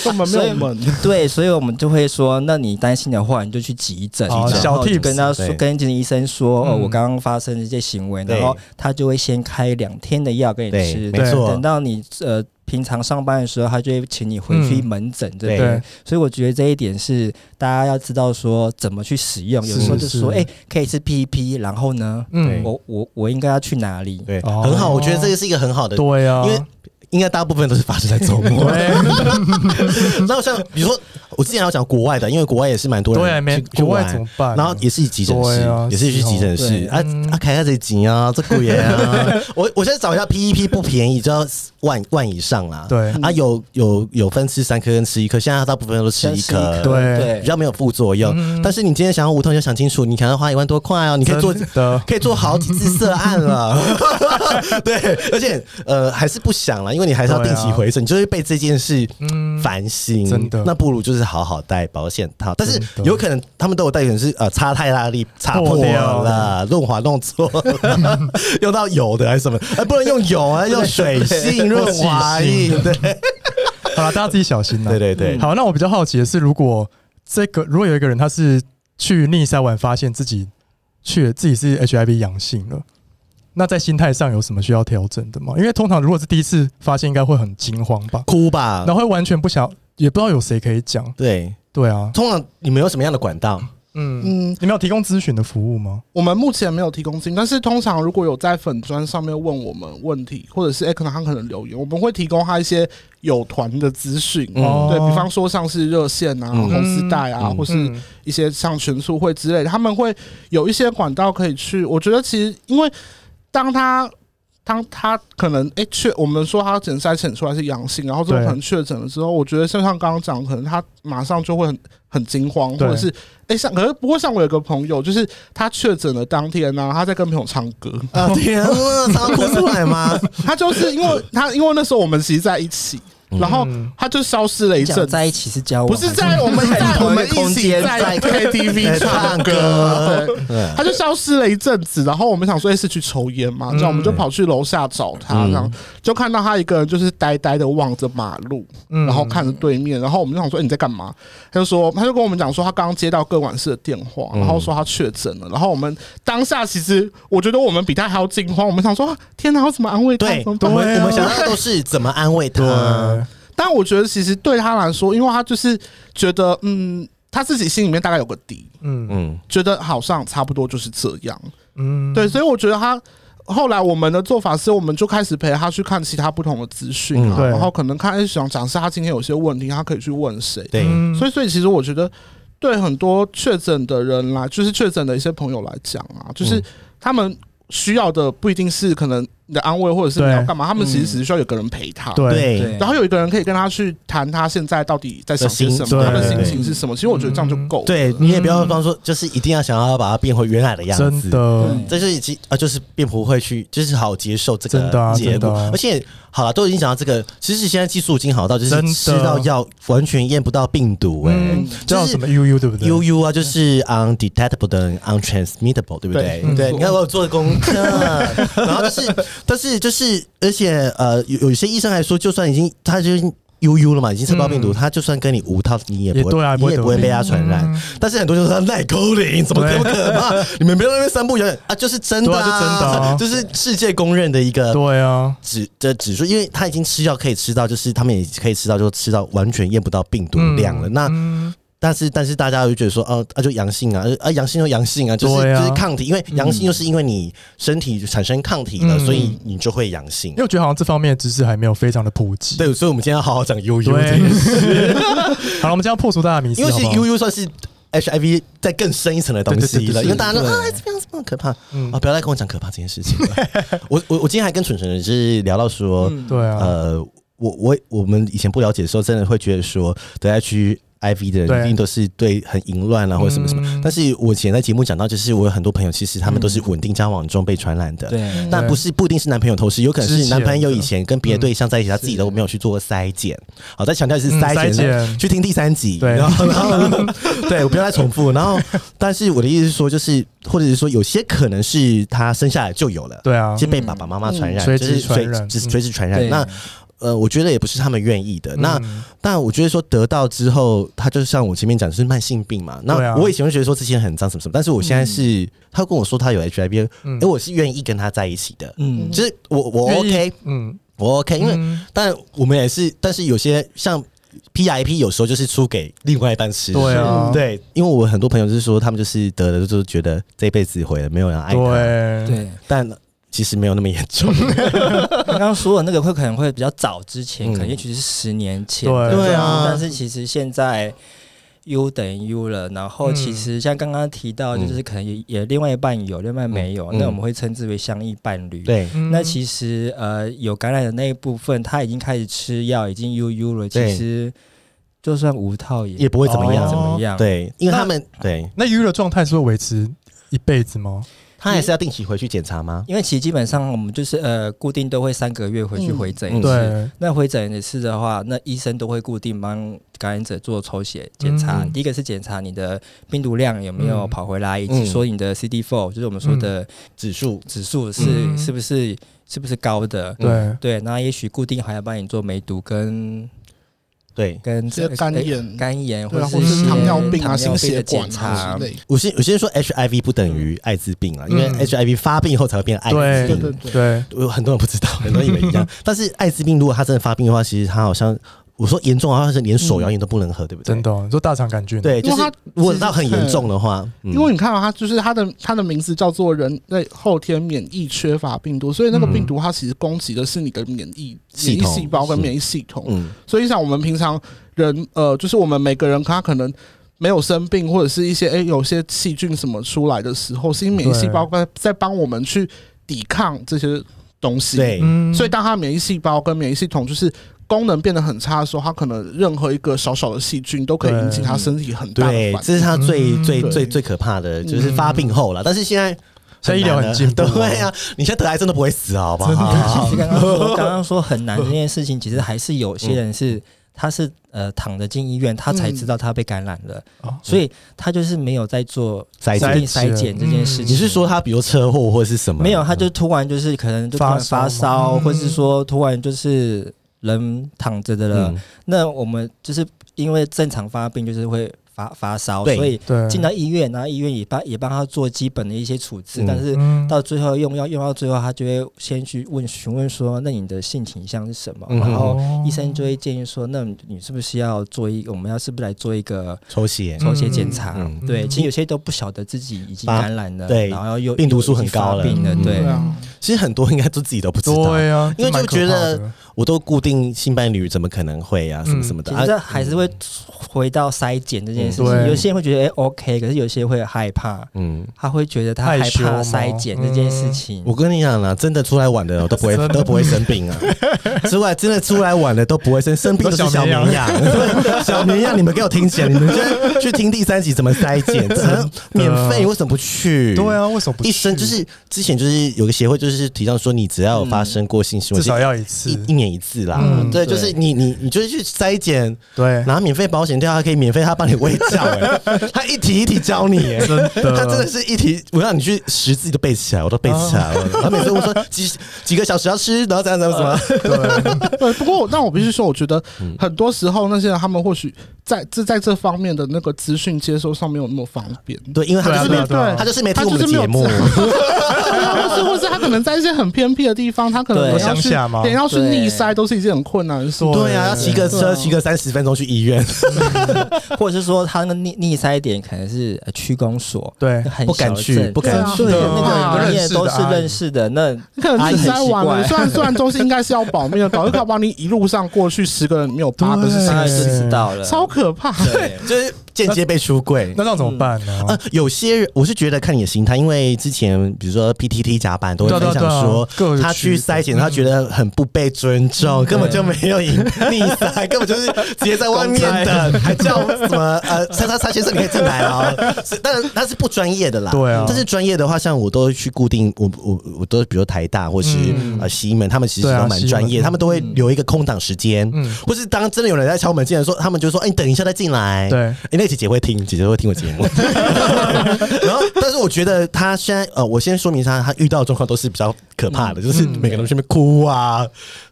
Speaker 4: 我们没有门，
Speaker 3: 对，所以我们就会说，那你担心的话，你就去急诊，
Speaker 2: 好
Speaker 3: 然后
Speaker 2: 小 tips，
Speaker 3: 跟他说，
Speaker 1: 哦对
Speaker 3: 跟急诊医生说，哦，
Speaker 2: 嗯
Speaker 3: 我刚刚发生这些行为，
Speaker 1: 对
Speaker 3: 然后他就会先开两天的药给 你
Speaker 1: 对，
Speaker 3: 吃，
Speaker 1: 没错
Speaker 3: 等，到你呃平常上班的时候，他就会请你回去
Speaker 2: 嗯
Speaker 3: 门诊这
Speaker 1: 对
Speaker 3: 边。
Speaker 2: 对
Speaker 3: 所以我觉得这一点是大家要知道说怎么去使用。有
Speaker 2: 是
Speaker 3: 时候就是说，哎、可以吃 PEP，然后呢，
Speaker 1: 对
Speaker 2: 嗯
Speaker 3: 我我我应该要去哪里？
Speaker 1: 对，
Speaker 2: 哦
Speaker 1: 很好，我觉得这个是一个很好的，
Speaker 2: 对啊，
Speaker 1: 因为应该大部分都是发生在周末。
Speaker 2: 对
Speaker 1: 那像比如说，我之前有讲国外的，因为国外也是蛮多
Speaker 2: 对，
Speaker 1: 人
Speaker 2: 没
Speaker 1: 去
Speaker 2: 国外
Speaker 1: 去玩
Speaker 2: 怎么办？
Speaker 1: 然后也是急诊室
Speaker 2: 对，啊
Speaker 1: 也是去急诊室
Speaker 3: 是
Speaker 1: 啊
Speaker 2: 哦对
Speaker 1: 啊，开下这急啊，这贵 啊！我我现在找一下 P E P 不便宜，就要万万以上啦。
Speaker 2: 对
Speaker 1: 啊，有有有分吃三颗跟吃一颗，现在大部分都吃一
Speaker 3: 先吃
Speaker 1: 颗，
Speaker 3: 一颗
Speaker 2: 对
Speaker 1: 比较没有副作用。
Speaker 2: 哎嗯
Speaker 1: 但是你今天想要无痛，你就想清楚，你可能要花一万多块哦，你可以做。
Speaker 2: 的，
Speaker 1: 可以做好几次涉案 了，对，而且呃还是不想了，因为你还是要定期回诊，你就会被这件事
Speaker 2: 啊嗯，
Speaker 1: 烦心，
Speaker 2: 真的
Speaker 1: 那不如就是好好戴保险套，但是
Speaker 2: 真的
Speaker 1: 有可能他们都有戴，可能是呃擦太大力擦破
Speaker 2: 破掉
Speaker 1: 了，润滑弄错 了，用 到油的还是什么？哎，不能用油啊，用水性润滑液。对，
Speaker 2: 好了，大家自己小心啦
Speaker 1: 对。对对，
Speaker 2: 好，那我比较好奇的是，如果这个如果有一个人他是去逆筛完发现自己去自己是 HIV 阳性了，那在心态上有什么需要调整的吗？因为通常如果是第一次发现，应该会很惊慌吧，
Speaker 1: 哭吧
Speaker 2: 然。后会完全不想，也不知道有谁可以讲。
Speaker 1: 对，
Speaker 2: 对啊，
Speaker 1: 通常你们有什么样的管道？
Speaker 2: 嗯，
Speaker 4: 嗯，
Speaker 2: 你们有提供咨询的服务吗？
Speaker 4: 我们目前没有提供信，但是通常如果有在粉砖上面问我们问题，或者是哎、可能他可能留言，我们会提供他一些有团的资讯。
Speaker 1: 嗯
Speaker 2: 哦
Speaker 4: 对比方说像是热线啊、
Speaker 1: 嗯
Speaker 4: 红丝带啊，
Speaker 1: 嗯
Speaker 4: 或是
Speaker 2: 嗯
Speaker 4: 一些像群促会之类的，他们会有一些管道可以去。我觉得其实因为当他当他可能哎确、我们说他检筛检出来是阳性，然后最后
Speaker 2: 对
Speaker 4: 可能确诊了之后，我觉得像像刚刚讲，可能他马上就会很很惊慌，或
Speaker 2: 对
Speaker 4: 者是哎、像可是不过像我有个朋友，就是他确诊的当天呢、他在跟朋友唱歌，
Speaker 1: 啊天 啊，常哭出来吗？
Speaker 4: 他就是因为他因为那时候我们其实在一起，然后
Speaker 2: 嗯
Speaker 4: 他就消失了一
Speaker 3: 你讲
Speaker 4: 阵子。
Speaker 3: 在一起是交往，
Speaker 4: 不是在我们在我们一起在
Speaker 1: 哎
Speaker 4: KTV 唱歌，对
Speaker 1: 嗯
Speaker 4: 他就消失了一阵子，然后我们想说，哎、是去抽烟吗？这样我们就跑去楼下找他，
Speaker 1: 嗯
Speaker 4: 这样就看到他一个人就是呆呆的望着马路，
Speaker 2: 嗯
Speaker 4: 然后看着对面，然后我们就想说，哎你在干嘛？他就说，他就跟我们讲说，他刚刚接到各管事的电话，
Speaker 1: 嗯
Speaker 4: 然后说他确诊了。然后我们当下其实我觉得我们比他还要惊慌，我们想说，啊天哪，要怎么安慰他？
Speaker 1: 对，
Speaker 4: 怎
Speaker 1: 我
Speaker 4: 么办
Speaker 1: 们我们想到的都是怎么安慰
Speaker 2: 对
Speaker 1: 他。
Speaker 4: 但我觉得其实对他来说，因为他就是觉得，嗯，他自己心里面大概有个底，
Speaker 2: 嗯
Speaker 1: 嗯，
Speaker 4: 觉得好像差不多就是这样。
Speaker 2: 嗯，
Speaker 4: 对，所以我觉得他后来我们的做法是，我们就开始陪他去看其他不同的资讯
Speaker 1: 嗯
Speaker 4: 啊，
Speaker 2: 对
Speaker 4: 然后可能看哎，想假设他今天有些问题，他可以去问谁。
Speaker 1: 对，
Speaker 2: 嗯
Speaker 4: 所以，所以其实我觉得，对很多确诊的人来，就是确诊的一些朋友来讲啊，就是
Speaker 1: 嗯
Speaker 4: 他们需要的不一定是可能你的安慰，或者是你
Speaker 2: 对
Speaker 4: 要干嘛，他们其实
Speaker 3: 嗯
Speaker 4: 只是需要有个人陪他。
Speaker 2: 对
Speaker 1: 对，
Speaker 3: 对
Speaker 4: 然后有一个人可以跟他去谈他现在到底在想些什
Speaker 1: 对
Speaker 4: 么，他的
Speaker 1: 对
Speaker 4: 心情是什么。其实我觉得这样就够了。
Speaker 1: 对
Speaker 2: 嗯
Speaker 1: 你也不要帮说，就是一定要想要把它变回原来的样
Speaker 2: 真
Speaker 1: 子。
Speaker 2: 的
Speaker 3: 对
Speaker 1: 这就是已经啊，就是并不会去，就是好接受这
Speaker 2: 真的
Speaker 1: 个
Speaker 2: 啊
Speaker 1: 结
Speaker 2: 真
Speaker 1: 果
Speaker 2: 的啊。
Speaker 1: 而且好了，都已经讲到这个，其实现在技术已经好到，就
Speaker 2: 真
Speaker 1: 是
Speaker 2: 的
Speaker 1: 吃到药完全验不到病毒，哎
Speaker 2: 嗯，，叫什么 UU 对不对
Speaker 1: U U 啊，就是 undetectable 的 untransmittable，对不对？
Speaker 2: 对
Speaker 1: 对，
Speaker 4: 嗯
Speaker 1: 你看我有做功课，然后就是，但是就是，而且呃，有有些医生还说，就算已经他就已经 U U 了嘛，已经测不到病毒，
Speaker 2: 嗯
Speaker 1: 他就算跟你无套，你也
Speaker 2: 也
Speaker 1: 不
Speaker 2: 对啊
Speaker 1: 会，你也
Speaker 2: 不会得
Speaker 1: 不会被他
Speaker 2: 病
Speaker 1: 传染。但是很多人说他耐勾零，怎么这么可怕？你们不要在那边散布谣言啊，就是真的、啊，
Speaker 2: 对
Speaker 1: 就是世界公认的一个
Speaker 2: 对啊，
Speaker 1: 指的指数，因为他已经吃药可以吃到，就是他们也可以吃到，就吃到完全验不到病毒量了。那
Speaker 2: 嗯
Speaker 1: 但是但是大家就觉得说，哦、啊，就阳性啊，呃啊，阳性就阳性啊，就是、
Speaker 2: 对啊
Speaker 1: 就是抗体，因为阳性就是因为你身体产生抗体了，
Speaker 2: 嗯
Speaker 1: 所以你就会阳性
Speaker 2: 因为。我觉得好像这方面的知识还没有非常的普及。
Speaker 1: 对，所以我们今天要好好讲悠悠这
Speaker 2: 对
Speaker 1: 件事，，
Speaker 2: 好了，我们这样破除大家的迷思，
Speaker 1: 因为
Speaker 2: 好
Speaker 1: 是
Speaker 2: 不好
Speaker 1: 悠悠算是 HIV 在更深一层的东西
Speaker 2: 对对对
Speaker 1: 了，
Speaker 2: 对
Speaker 1: 因为大家都
Speaker 3: 对
Speaker 1: 啊怎么样怎么样可怕啊，
Speaker 2: 嗯，
Speaker 1: 不要再跟我讲可怕这件事情了。我我我今天还跟蠢蠢是聊到说，
Speaker 2: 对啊，
Speaker 1: 呃，我我我们以前不了解的时候，真的会觉得说得下去 IV 的人
Speaker 2: 对
Speaker 1: 一定都是对很淫乱啊，或者什么什么。
Speaker 2: 嗯
Speaker 1: 但是我以前在节目讲到，就是我有很多朋友，其实他们都是稳定交往中被传染的。
Speaker 3: 对，
Speaker 1: 但不是不一定是男朋友偷吃，有可能
Speaker 2: 之
Speaker 1: 是
Speaker 2: 前
Speaker 1: 男朋友
Speaker 2: 的
Speaker 1: 以前跟别的对象在一起，他自己都没有去做过筛检。好，再强调一次
Speaker 2: 嗯
Speaker 1: 筛
Speaker 2: 筛
Speaker 1: 检，
Speaker 2: 检
Speaker 1: 去听第三集。
Speaker 2: 对
Speaker 1: 然后然后对我不要再重复。然后， 但是我的意思是说，就是或者是说，有些可能是他生下来就有了，
Speaker 2: 对啊
Speaker 1: 是，被爸爸妈妈传染，
Speaker 2: 嗯
Speaker 1: 就
Speaker 2: 垂
Speaker 1: 是
Speaker 2: 直
Speaker 1: 垂
Speaker 2: 传染
Speaker 1: 就是
Speaker 2: 嗯
Speaker 1: 垂直传染。
Speaker 3: 对
Speaker 1: 那呃，我觉得也不是他们愿意的。那
Speaker 2: 嗯
Speaker 1: 但我觉得说得到之后，他就像我前面讲，就是慢性病嘛。
Speaker 2: 对
Speaker 1: 那
Speaker 2: 啊
Speaker 1: 我以前会觉得说这些人很脏什么什么，但是我现在是他跟我说他有 HIV，
Speaker 2: 嗯
Speaker 1: 哎，我是愿意跟他在一起的。
Speaker 3: 嗯
Speaker 1: 就是我我
Speaker 2: 愿意
Speaker 1: OK，
Speaker 2: 嗯，
Speaker 1: 我 OK，因为
Speaker 2: 嗯
Speaker 1: 但我们也是，但是有些像 PIP 有时候就是出给另外一半吃。
Speaker 2: 对啊，
Speaker 1: 对，因为我很多朋友就是说，他们就是得了，就是觉得这辈子毁了，没有人爱他，
Speaker 2: 对，
Speaker 3: 对，
Speaker 1: 但其实没有那么严 重。
Speaker 3: 刚刚说的那个会可能会比较早之前，
Speaker 1: 嗯
Speaker 3: 可能也许是十年前，
Speaker 2: 对
Speaker 1: 对啊
Speaker 3: 但是其实现在 U 等于 U 了，然后其实像刚刚提到，就是可能也也另外一半有，另外没有，
Speaker 1: 嗯
Speaker 3: 那我们会称之为相异伴侣。。
Speaker 1: 对，
Speaker 2: 嗯
Speaker 3: 那其实呃，有感染的那一部分，他已经开始吃药，已经 U U 了。
Speaker 1: 对
Speaker 3: 其实就算无套也
Speaker 1: 也不会怎么
Speaker 2: 哦
Speaker 1: 样。
Speaker 3: 怎么样？，
Speaker 1: 对，因为他们对
Speaker 2: 那 U 的状态是会维持一辈子吗？
Speaker 1: 他还是要定期回去检查吗？
Speaker 3: 因为其实基本上我们就是呃，固定都会三个月回去
Speaker 4: 嗯
Speaker 3: 回诊
Speaker 1: 嗯
Speaker 3: 一次。
Speaker 2: 对，
Speaker 3: 那回诊一次的话，那医生都会固定帮感染者做抽血检查。
Speaker 2: 嗯
Speaker 3: 第一个是检查你的病毒量有没有
Speaker 2: 嗯
Speaker 3: 跑回来，以
Speaker 1: 嗯
Speaker 3: 及说你的 CD4，就是我们说的
Speaker 1: 指数
Speaker 3: 指数是、
Speaker 2: 嗯
Speaker 3: 是不
Speaker 1: 嗯
Speaker 3: 是是不是高的。
Speaker 2: 对，
Speaker 3: 对，那也许固定还要帮你做梅毒跟
Speaker 1: 对，
Speaker 3: 跟
Speaker 4: 这些肝炎
Speaker 3: 肝炎或
Speaker 4: 对啊，
Speaker 3: 者
Speaker 4: 或者
Speaker 2: 是
Speaker 4: 是
Speaker 3: 一些
Speaker 4: 糖尿病啊、
Speaker 3: 糖
Speaker 4: 心
Speaker 3: 尿病
Speaker 4: 血
Speaker 3: 的
Speaker 4: 管
Speaker 3: 检
Speaker 4: 啊
Speaker 3: 查
Speaker 4: 之，类的。
Speaker 1: 有些有些人说 HIV 不等于艾滋病啊，因为
Speaker 2: 嗯
Speaker 1: HIV 发病后才会变艾滋
Speaker 2: 对
Speaker 1: 病。
Speaker 2: 对
Speaker 4: 对对
Speaker 1: 有很多人不知道，很多人以为一样。但是艾滋病如果它真的发病的话，其实它好像我说严重啊的话，它是连手摇饮都不能喝，对不对？
Speaker 2: 真的哦，你说大肠杆菌，，
Speaker 1: 对，就
Speaker 4: 因为
Speaker 1: 是
Speaker 4: 它
Speaker 1: 如果到很严重的话，嗯
Speaker 4: 因为你看到、它就是它的它的名字叫做人类后天免疫缺乏病毒，所以那个
Speaker 2: 嗯
Speaker 4: 病毒它其实攻击的是你的免疫
Speaker 1: 系
Speaker 4: 免疫
Speaker 1: 统
Speaker 4: 细胞跟
Speaker 1: 是
Speaker 4: 免疫系统。
Speaker 1: 嗯
Speaker 4: 所以像我们平常人，呃，就是我们每个人他可能没有生病，或者是一些诶有些细菌什么出来的时候，是因为免疫细胞在在帮我们去抵抗这些东西。
Speaker 1: 对
Speaker 2: 嗯
Speaker 4: 所以当它的免疫细胞跟免疫系统就是功能变得很差的时候，它可能任何一个小小的细菌都可以引起它身体很大的
Speaker 1: 对，
Speaker 4: 反应。
Speaker 1: 这是它最、
Speaker 2: 嗯
Speaker 1: 最
Speaker 4: 对
Speaker 1: 最最可怕的，就是发病后了。但是现在
Speaker 2: 现在医疗
Speaker 1: 难
Speaker 2: 很
Speaker 1: 啊
Speaker 2: 进步哦，
Speaker 1: 对啊，你现在得癌症都不会死啊，好不
Speaker 2: 真的
Speaker 1: 好
Speaker 2: 好
Speaker 3: 其实？刚刚 说刚刚说很难这件事情，其实还是有
Speaker 4: 嗯
Speaker 3: 些人是他是呃躺着进医院，他才知道他被感染了，
Speaker 2: 哦
Speaker 3: 所以他就是没 有在做
Speaker 1: 再
Speaker 2: 筛
Speaker 1: 见
Speaker 2: 检
Speaker 3: 定筛检这件事
Speaker 4: 嗯
Speaker 3: 情。
Speaker 1: 你是说他比如车祸或者是什么？
Speaker 3: 没有？他就突然就是可能就突然
Speaker 2: 发烧
Speaker 3: 发烧，
Speaker 2: 嗯
Speaker 3: 或是说突然就是人躺着的了。
Speaker 1: 嗯
Speaker 3: 那我们就是因为正常发病就是会发发烧，
Speaker 1: 对嗯
Speaker 3: 所以
Speaker 2: 对，
Speaker 3: 进到医院，然后医院也帮也帮他做基本的一些处置，
Speaker 1: 嗯
Speaker 3: 但是
Speaker 2: 嗯
Speaker 3: 到最后用药用到最后，他就会先去问询问说，那你的性倾向是什么？
Speaker 1: 嗯哼
Speaker 3: 然后
Speaker 2: 哦
Speaker 3: 医生就会建议说，那你是不是要做一，我们要是不是来做一个
Speaker 1: 抽血，
Speaker 3: 抽血检查？
Speaker 1: 嗯
Speaker 2: 嗯
Speaker 3: 对，
Speaker 2: 嗯
Speaker 3: 其实有些都不晓得自己已经
Speaker 1: 把
Speaker 3: 感染了，
Speaker 1: 对
Speaker 3: 然后又
Speaker 1: 病毒数很高了
Speaker 3: 已经发病了，
Speaker 2: 嗯
Speaker 3: 对。
Speaker 4: 对啊，
Speaker 1: 其实很多应该都自己都不知道。
Speaker 2: 对啊，
Speaker 1: 因为
Speaker 2: 这蛮
Speaker 1: 就觉
Speaker 2: 可怕
Speaker 1: 得
Speaker 2: 的
Speaker 1: 我都固定性伴侣，怎么可能会啊？什么什么的
Speaker 3: 其
Speaker 1: 啊
Speaker 3: 实？这还是会回到筛检这件事情，
Speaker 2: 嗯对
Speaker 3: 有些人会觉得哎、OK，可是有些人会害怕，
Speaker 1: 嗯，
Speaker 3: 他会觉得他
Speaker 2: 害
Speaker 3: 害
Speaker 2: 羞吗
Speaker 3: 怕筛检这件事情。
Speaker 1: 我跟你讲啦，真的出来晚的我都不会
Speaker 2: 真的
Speaker 1: 都不会生病啊。之外，真的出来晚的都不会生，生病的是小绵
Speaker 2: 都
Speaker 1: 羊。 对小绵羊，你们给我听起来，你们就去听第三集怎么筛检，真的免费为什么不去？
Speaker 2: 对。啊，为什么不
Speaker 1: 一生
Speaker 2: 去
Speaker 1: 就是之前就是有个协会，就是提倡说，你只要有发生过性行为，
Speaker 2: 嗯至少
Speaker 1: 就
Speaker 2: 要一次
Speaker 1: 一，一年一次啦。
Speaker 2: 嗯
Speaker 1: 对，
Speaker 3: 对
Speaker 1: 就是你你你就是去筛检，
Speaker 2: 对，
Speaker 1: 拿免费保险掉，他可以免费他帮你喂教、哎，他一题一题教你、哎，
Speaker 2: 真的，
Speaker 1: 他真的是一题，我让你去识字都背起来，我都背起来了。
Speaker 2: 哦
Speaker 1: 他每次我说几几个小时要吃，然后怎样怎样怎
Speaker 2: 呃
Speaker 1: 么，
Speaker 2: 对，
Speaker 4: 对，呃不过我但我必须说，我觉得很多时候那些人他们或许在这在这方面的那个资讯接收上没有那么方便。
Speaker 1: 对，因为他就是
Speaker 2: 对
Speaker 1: 没
Speaker 2: 啊对啊
Speaker 1: 他就是没听
Speaker 4: 他
Speaker 1: 我们
Speaker 4: 就是
Speaker 1: 的
Speaker 4: 没有
Speaker 1: 节目
Speaker 4: 资，对啊，或是或是他可能在一些很偏僻的地方，他可能
Speaker 3: 对
Speaker 4: 连要
Speaker 2: 乡
Speaker 4: 去
Speaker 2: 下吗
Speaker 4: 连要去
Speaker 3: 对
Speaker 4: 逆塞都是一件很困难的事。
Speaker 1: 对啊，要骑个
Speaker 4: 对
Speaker 1: 车
Speaker 4: 啊
Speaker 1: 骑个三十分钟去医院，
Speaker 3: 或者是说他那个逆逆塞点可能是呃区公所，
Speaker 2: 对
Speaker 3: 那很
Speaker 1: 不敢
Speaker 3: 小的
Speaker 1: 去
Speaker 3: 镇
Speaker 1: 不敢
Speaker 3: 对啊
Speaker 4: 去
Speaker 3: 对，
Speaker 2: 对
Speaker 3: 那
Speaker 4: 哇
Speaker 3: 个你也都
Speaker 2: 认识
Speaker 3: 是
Speaker 2: 的
Speaker 3: 认识的，那
Speaker 4: 你可能
Speaker 3: 阿姨
Speaker 4: 逆塞
Speaker 3: 很奇
Speaker 4: 完了，
Speaker 3: 怪
Speaker 4: 虽然虽然东西应该是要保密的，搞一搞，把你一路上过去十个人里面有八个是
Speaker 2: 对
Speaker 4: 谁
Speaker 3: 大家
Speaker 4: 的
Speaker 3: 就
Speaker 4: 事，
Speaker 3: 知道了。
Speaker 4: 超可怕。
Speaker 3: 对，
Speaker 1: 就是间接被出柜。
Speaker 2: 那这样怎么办呢？
Speaker 1: 呃，有些人我是觉得看你的心态，因为之前比如说 PTT 甲板都会
Speaker 2: 对啊
Speaker 1: 分
Speaker 2: 对啊
Speaker 1: 享
Speaker 2: 对啊
Speaker 1: 说，
Speaker 2: 各有
Speaker 1: 他去
Speaker 2: 区
Speaker 1: 筛检，
Speaker 2: 别
Speaker 1: 他觉得很不被尊重，
Speaker 2: 嗯
Speaker 1: 根本就没有隐逆筛，根本就是直接在外面等，还叫什么呃，叉叉叉先生你可以进来了，是当然他是不专业的啦，
Speaker 2: 对啊
Speaker 1: 但是专业的话，像我都会去固定，我我我都比如台大或是
Speaker 2: 嗯
Speaker 1: 呃西门，他们其实
Speaker 2: 对啊
Speaker 1: 都蛮专
Speaker 2: 西
Speaker 1: 业，
Speaker 2: 门
Speaker 1: 他们都会留一个空档时间，
Speaker 2: 嗯
Speaker 1: 或是当真的有人在敲门进来说，他们就说，哎，你等一下再进来，
Speaker 2: 对，哦
Speaker 1: 因为姐姐会听，姐姐会听我节目。 然后，但是我觉得她现在呃，我先说明一下，她遇到的状况都是比较可怕的，就是每个人都去那边哭啊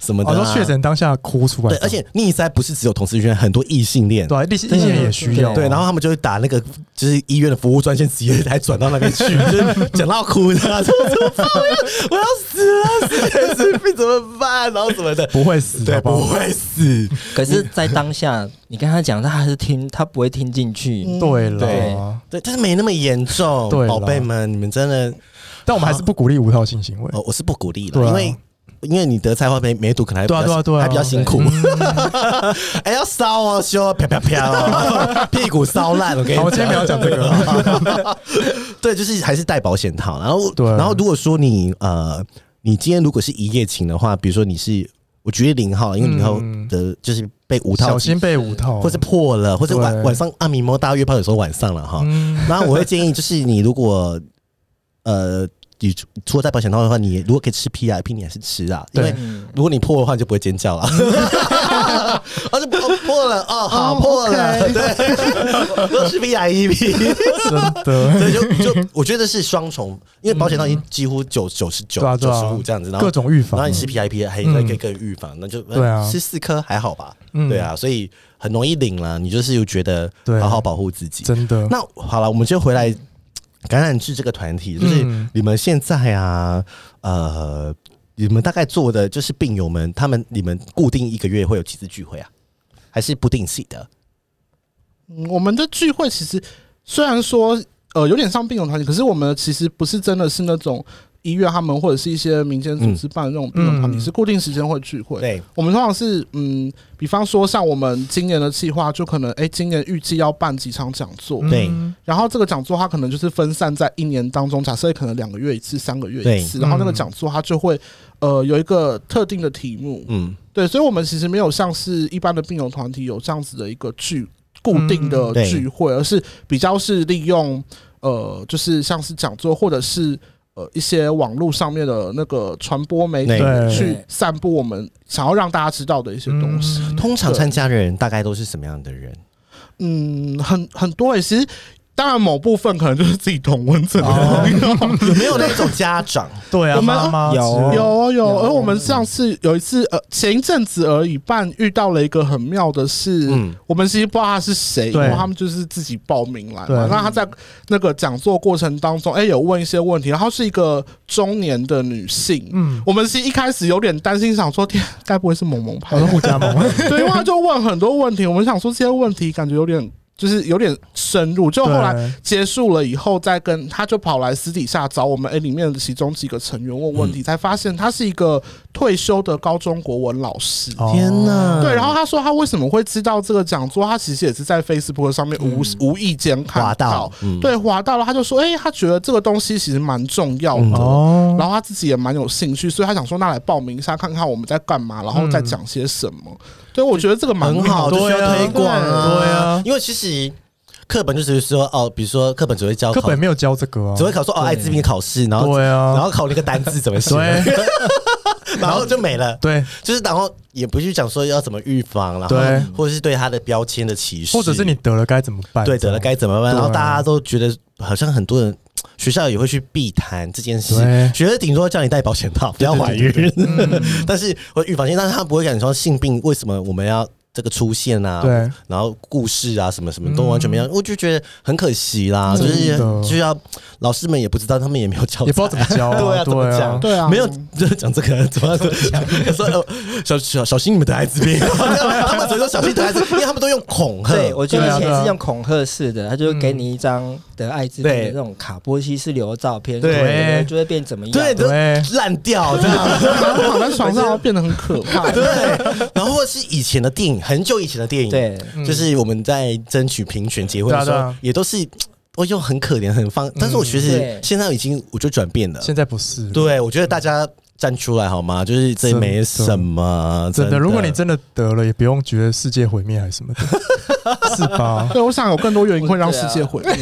Speaker 1: 什么的、
Speaker 2: 我
Speaker 1: 啊。
Speaker 2: 嗯哦说确诊当下哭出来
Speaker 1: 对
Speaker 2: 这，样，
Speaker 1: 而且逆塞不是只有同志圈，很多异性恋。
Speaker 2: 对啊，异性异性人也需要啊，
Speaker 1: 对，然后他们就会打那个，就是医院的服务专线，直接还转到那边去，就是讲到哭的、啊， 说怎么办？我要我要死了，死了死病怎么办？然后什么的，
Speaker 2: 不会死，
Speaker 1: 对，
Speaker 2: 好
Speaker 1: 不
Speaker 2: 不好？
Speaker 1: 会死，
Speaker 3: 可是，在当下，你跟他讲，他还是听，他不会听进去。
Speaker 2: 嗯对了
Speaker 3: 对，
Speaker 1: 对，但是没那么严重
Speaker 2: 对，啦
Speaker 1: 宝贝们，你们真的
Speaker 2: 但我们还是不鼓励无套性行为。
Speaker 1: 哦，我是不鼓励的，
Speaker 2: 对啊
Speaker 1: 因为因为你得菜花梅梅毒可能还比较
Speaker 2: 对啊对啊对啊
Speaker 1: 还比较辛苦， 哎、要烧哦，修哦啪啪啪哦， 屁股烧烂，我跟你
Speaker 2: 好，
Speaker 1: 讲。
Speaker 2: 我今天不要讲这个，
Speaker 1: 对，就是还是戴保险套，然后
Speaker 2: 对啊
Speaker 1: 然后如果说你呃，你今天如果是一夜情的话，比如说你是，我举例零号，因为零号
Speaker 2: 嗯
Speaker 1: 的就是被 无套
Speaker 2: 小，心被无套，
Speaker 1: 或是破了，或者晚
Speaker 2: 对
Speaker 1: 晚上阿米摸大家约炮，有时候晚上了哈，
Speaker 2: 嗯
Speaker 1: 然后我会建议，就是你如果呃，你除除了戴保险套的话，你如果可以吃 P R P，你还是吃啊，因为
Speaker 2: 对
Speaker 1: 啊
Speaker 2: 嗯
Speaker 1: 如果你破的话，你就不会尖叫了。哦，这破破了
Speaker 2: 啊
Speaker 1: 哦，好破了，
Speaker 4: OK
Speaker 1: 对，都是 V I E P，
Speaker 2: 真的，
Speaker 1: 对，就就我觉得是双重，因为保险套已经几乎九九十九
Speaker 2: 对啊对
Speaker 1: 九
Speaker 2: 啊
Speaker 1: 十五这样子， 然后
Speaker 2: 各种预
Speaker 1: 然后
Speaker 2: 防
Speaker 1: 你，吃 PIP 还可以可以更预防，那就
Speaker 2: 对啊
Speaker 1: 吃四颗还好吧，
Speaker 2: 嗯
Speaker 1: 对啊，所以很容易领了，你就是又觉得
Speaker 2: 对啊
Speaker 1: 好好保护自己。
Speaker 2: 真的，
Speaker 1: 那好了，我们就回来感染制这个团体，就是
Speaker 2: 嗯
Speaker 1: 你们现在啊，呃，你们大概做的就是病友们，他们你们固定一个月会有几次聚会啊？还是不定期的？
Speaker 4: 嗯我们的聚会其实虽然说呃有点像病友团体，可是我们其实不是真的是那种医院他们或者是一些民间组织办的那种病友团体，
Speaker 2: 嗯
Speaker 4: 是固定时间会聚会。
Speaker 1: 对，
Speaker 4: 我们通常是嗯，比方说像我们今年的计划，就可能哎、今年预计要办几场讲座，
Speaker 2: 嗯
Speaker 1: 对
Speaker 4: 然后这个讲座它可能就是分散在一年当中，假设可能两个月一次、三个月
Speaker 1: 对
Speaker 4: 一次，然后那个
Speaker 2: 嗯
Speaker 4: 讲座它就会呃有一个特定的题目，
Speaker 1: 嗯，
Speaker 4: 对，所以我们其实没有像是一般的病友团体有这样子的一个聚固
Speaker 2: 嗯
Speaker 4: 定的
Speaker 1: 对
Speaker 4: 聚会，而是比较是利用呃，就是像是讲座或者是。呃，一些网络上面的那个传播
Speaker 1: 哎
Speaker 4: 媒体
Speaker 2: 对
Speaker 4: 去散布我们想要让大家知道的一些东西。
Speaker 2: 嗯
Speaker 1: 通常参加的人大概都是什么样的人？
Speaker 4: 嗯，很很多诶、其实当然某部分可能就是自己同温层的
Speaker 3: 哦
Speaker 4: 朋友，
Speaker 1: 有没有那种家长？
Speaker 2: 对啊，
Speaker 4: 我们
Speaker 2: 妈妈
Speaker 3: 有
Speaker 2: 之类的
Speaker 4: 有哦有
Speaker 3: 有
Speaker 4: 哦，而我们上次有一次，呃，前一阵子而已办遇到了一个很妙的事，
Speaker 1: 嗯
Speaker 4: 我们其实不知道他是谁，因
Speaker 2: 对
Speaker 4: 为他们就是自己报名来
Speaker 2: 对
Speaker 4: 嘛。那他在那个讲座过程当中，哎、有问一些问题，然后是一个中年的女性。
Speaker 2: 嗯，
Speaker 4: 我们是一开始有点担心，想说天，该不会是萌萌派
Speaker 2: 我是
Speaker 4: 的？
Speaker 2: 互加 盟，
Speaker 4: 对，因为他就问很多问题，我们想说这些问题感觉有点，就是有点深入。就后来
Speaker 2: 对
Speaker 4: 结束了以后，再跟他就跑来私底下找我们哎诶里面的其中几个成员问问
Speaker 2: 嗯
Speaker 4: 题，才发现他是一个退休的高中国文老师。
Speaker 2: 哦
Speaker 1: 天哪！
Speaker 4: 对，然后他说他为什么会知道这个讲座，他其实也是在 Facebook 上面无、无意间
Speaker 1: 滑
Speaker 4: 看
Speaker 1: 到
Speaker 4: 嗯到，，
Speaker 1: 嗯，
Speaker 4: 对，滑到了，他就说，哎、他觉得这个东西其实蛮重要的，
Speaker 1: 嗯
Speaker 2: 哦，
Speaker 4: 然后他自己也蛮有兴趣，所以他想说，那来报名一下，看看我们在干嘛，然后再讲些什么。所以我觉得这个蛮
Speaker 1: 很好，
Speaker 4: 嗯的
Speaker 1: 就
Speaker 2: 对
Speaker 1: 是要推广啊，
Speaker 2: 对啊
Speaker 1: 因为其实课本就只是说哦，比如说课本只会教
Speaker 2: 课
Speaker 1: 考，
Speaker 2: 本没有教这个啊
Speaker 1: 只，会考说哦，
Speaker 3: 对
Speaker 1: 艾滋病考试，然后
Speaker 2: 对
Speaker 1: 然
Speaker 2: 啊，
Speaker 1: 后考那个单字怎么写，
Speaker 2: 对
Speaker 1: 然后就没了。
Speaker 2: 对，
Speaker 1: 就是然后也不去讲说要怎么预防，然后
Speaker 2: 对
Speaker 1: 或者是对他的标签的歧视，
Speaker 2: 或者是你得了该怎么办？
Speaker 1: 对得了该怎么办？
Speaker 2: 对啊
Speaker 1: 然后大家都觉得好像很多人。学校也会去避谈这件事
Speaker 2: 对，
Speaker 1: 觉得顶多叫你戴保险套，不要怀孕，
Speaker 2: 嗯
Speaker 1: 但是会预防性，但是他不会讲说性病为什么我们要这个出现啊？
Speaker 2: 对，嗯
Speaker 1: 然后故事啊什么什么都完全没有，我就觉得很可惜啦，就
Speaker 2: 真的
Speaker 1: 是就要老师们也不知道，他们也没有教材，
Speaker 2: 也不知道怎么教 啊，
Speaker 1: 对啊，怎么
Speaker 2: 对
Speaker 1: 讲？
Speaker 2: 啊，
Speaker 4: 对啊
Speaker 1: 没有就讲这个，怎么讲？说呃小小小心你们得艾滋 病，他们只说小心得艾滋病，因为他们都用恐吓，
Speaker 3: 对，我觉
Speaker 2: 对
Speaker 3: 得
Speaker 2: 啊
Speaker 3: 以
Speaker 2: 对
Speaker 3: 前
Speaker 2: 啊
Speaker 3: 是用恐吓式的，他就会给你一张得艾滋病的那种卡波西式流的照片，
Speaker 1: 对
Speaker 3: 说你的就会变怎么样？
Speaker 1: 对
Speaker 2: 对
Speaker 1: 都烂掉这样。
Speaker 4: 躺在床上变得很可 怕。
Speaker 1: 对，然后或是以前的电影，很久以前的电影，，
Speaker 3: 对，
Speaker 2: 嗯
Speaker 1: 就是我们在争取平权结婚的时
Speaker 2: 对啊对
Speaker 1: 候
Speaker 2: 啊，
Speaker 1: 也都是我就很可怜，很放，但是我其实
Speaker 3: 对
Speaker 1: 现在已经我就转变了，
Speaker 2: 现在不是，
Speaker 1: 对，我觉得大家站出来好吗？就是这
Speaker 2: 真的
Speaker 1: 没什么，
Speaker 2: 真
Speaker 1: 的。
Speaker 2: 的，如果你真的得了，也不用觉得世界毁灭还是什 么的，是吧？
Speaker 4: 对，我想有更多原因会让世界毁灭。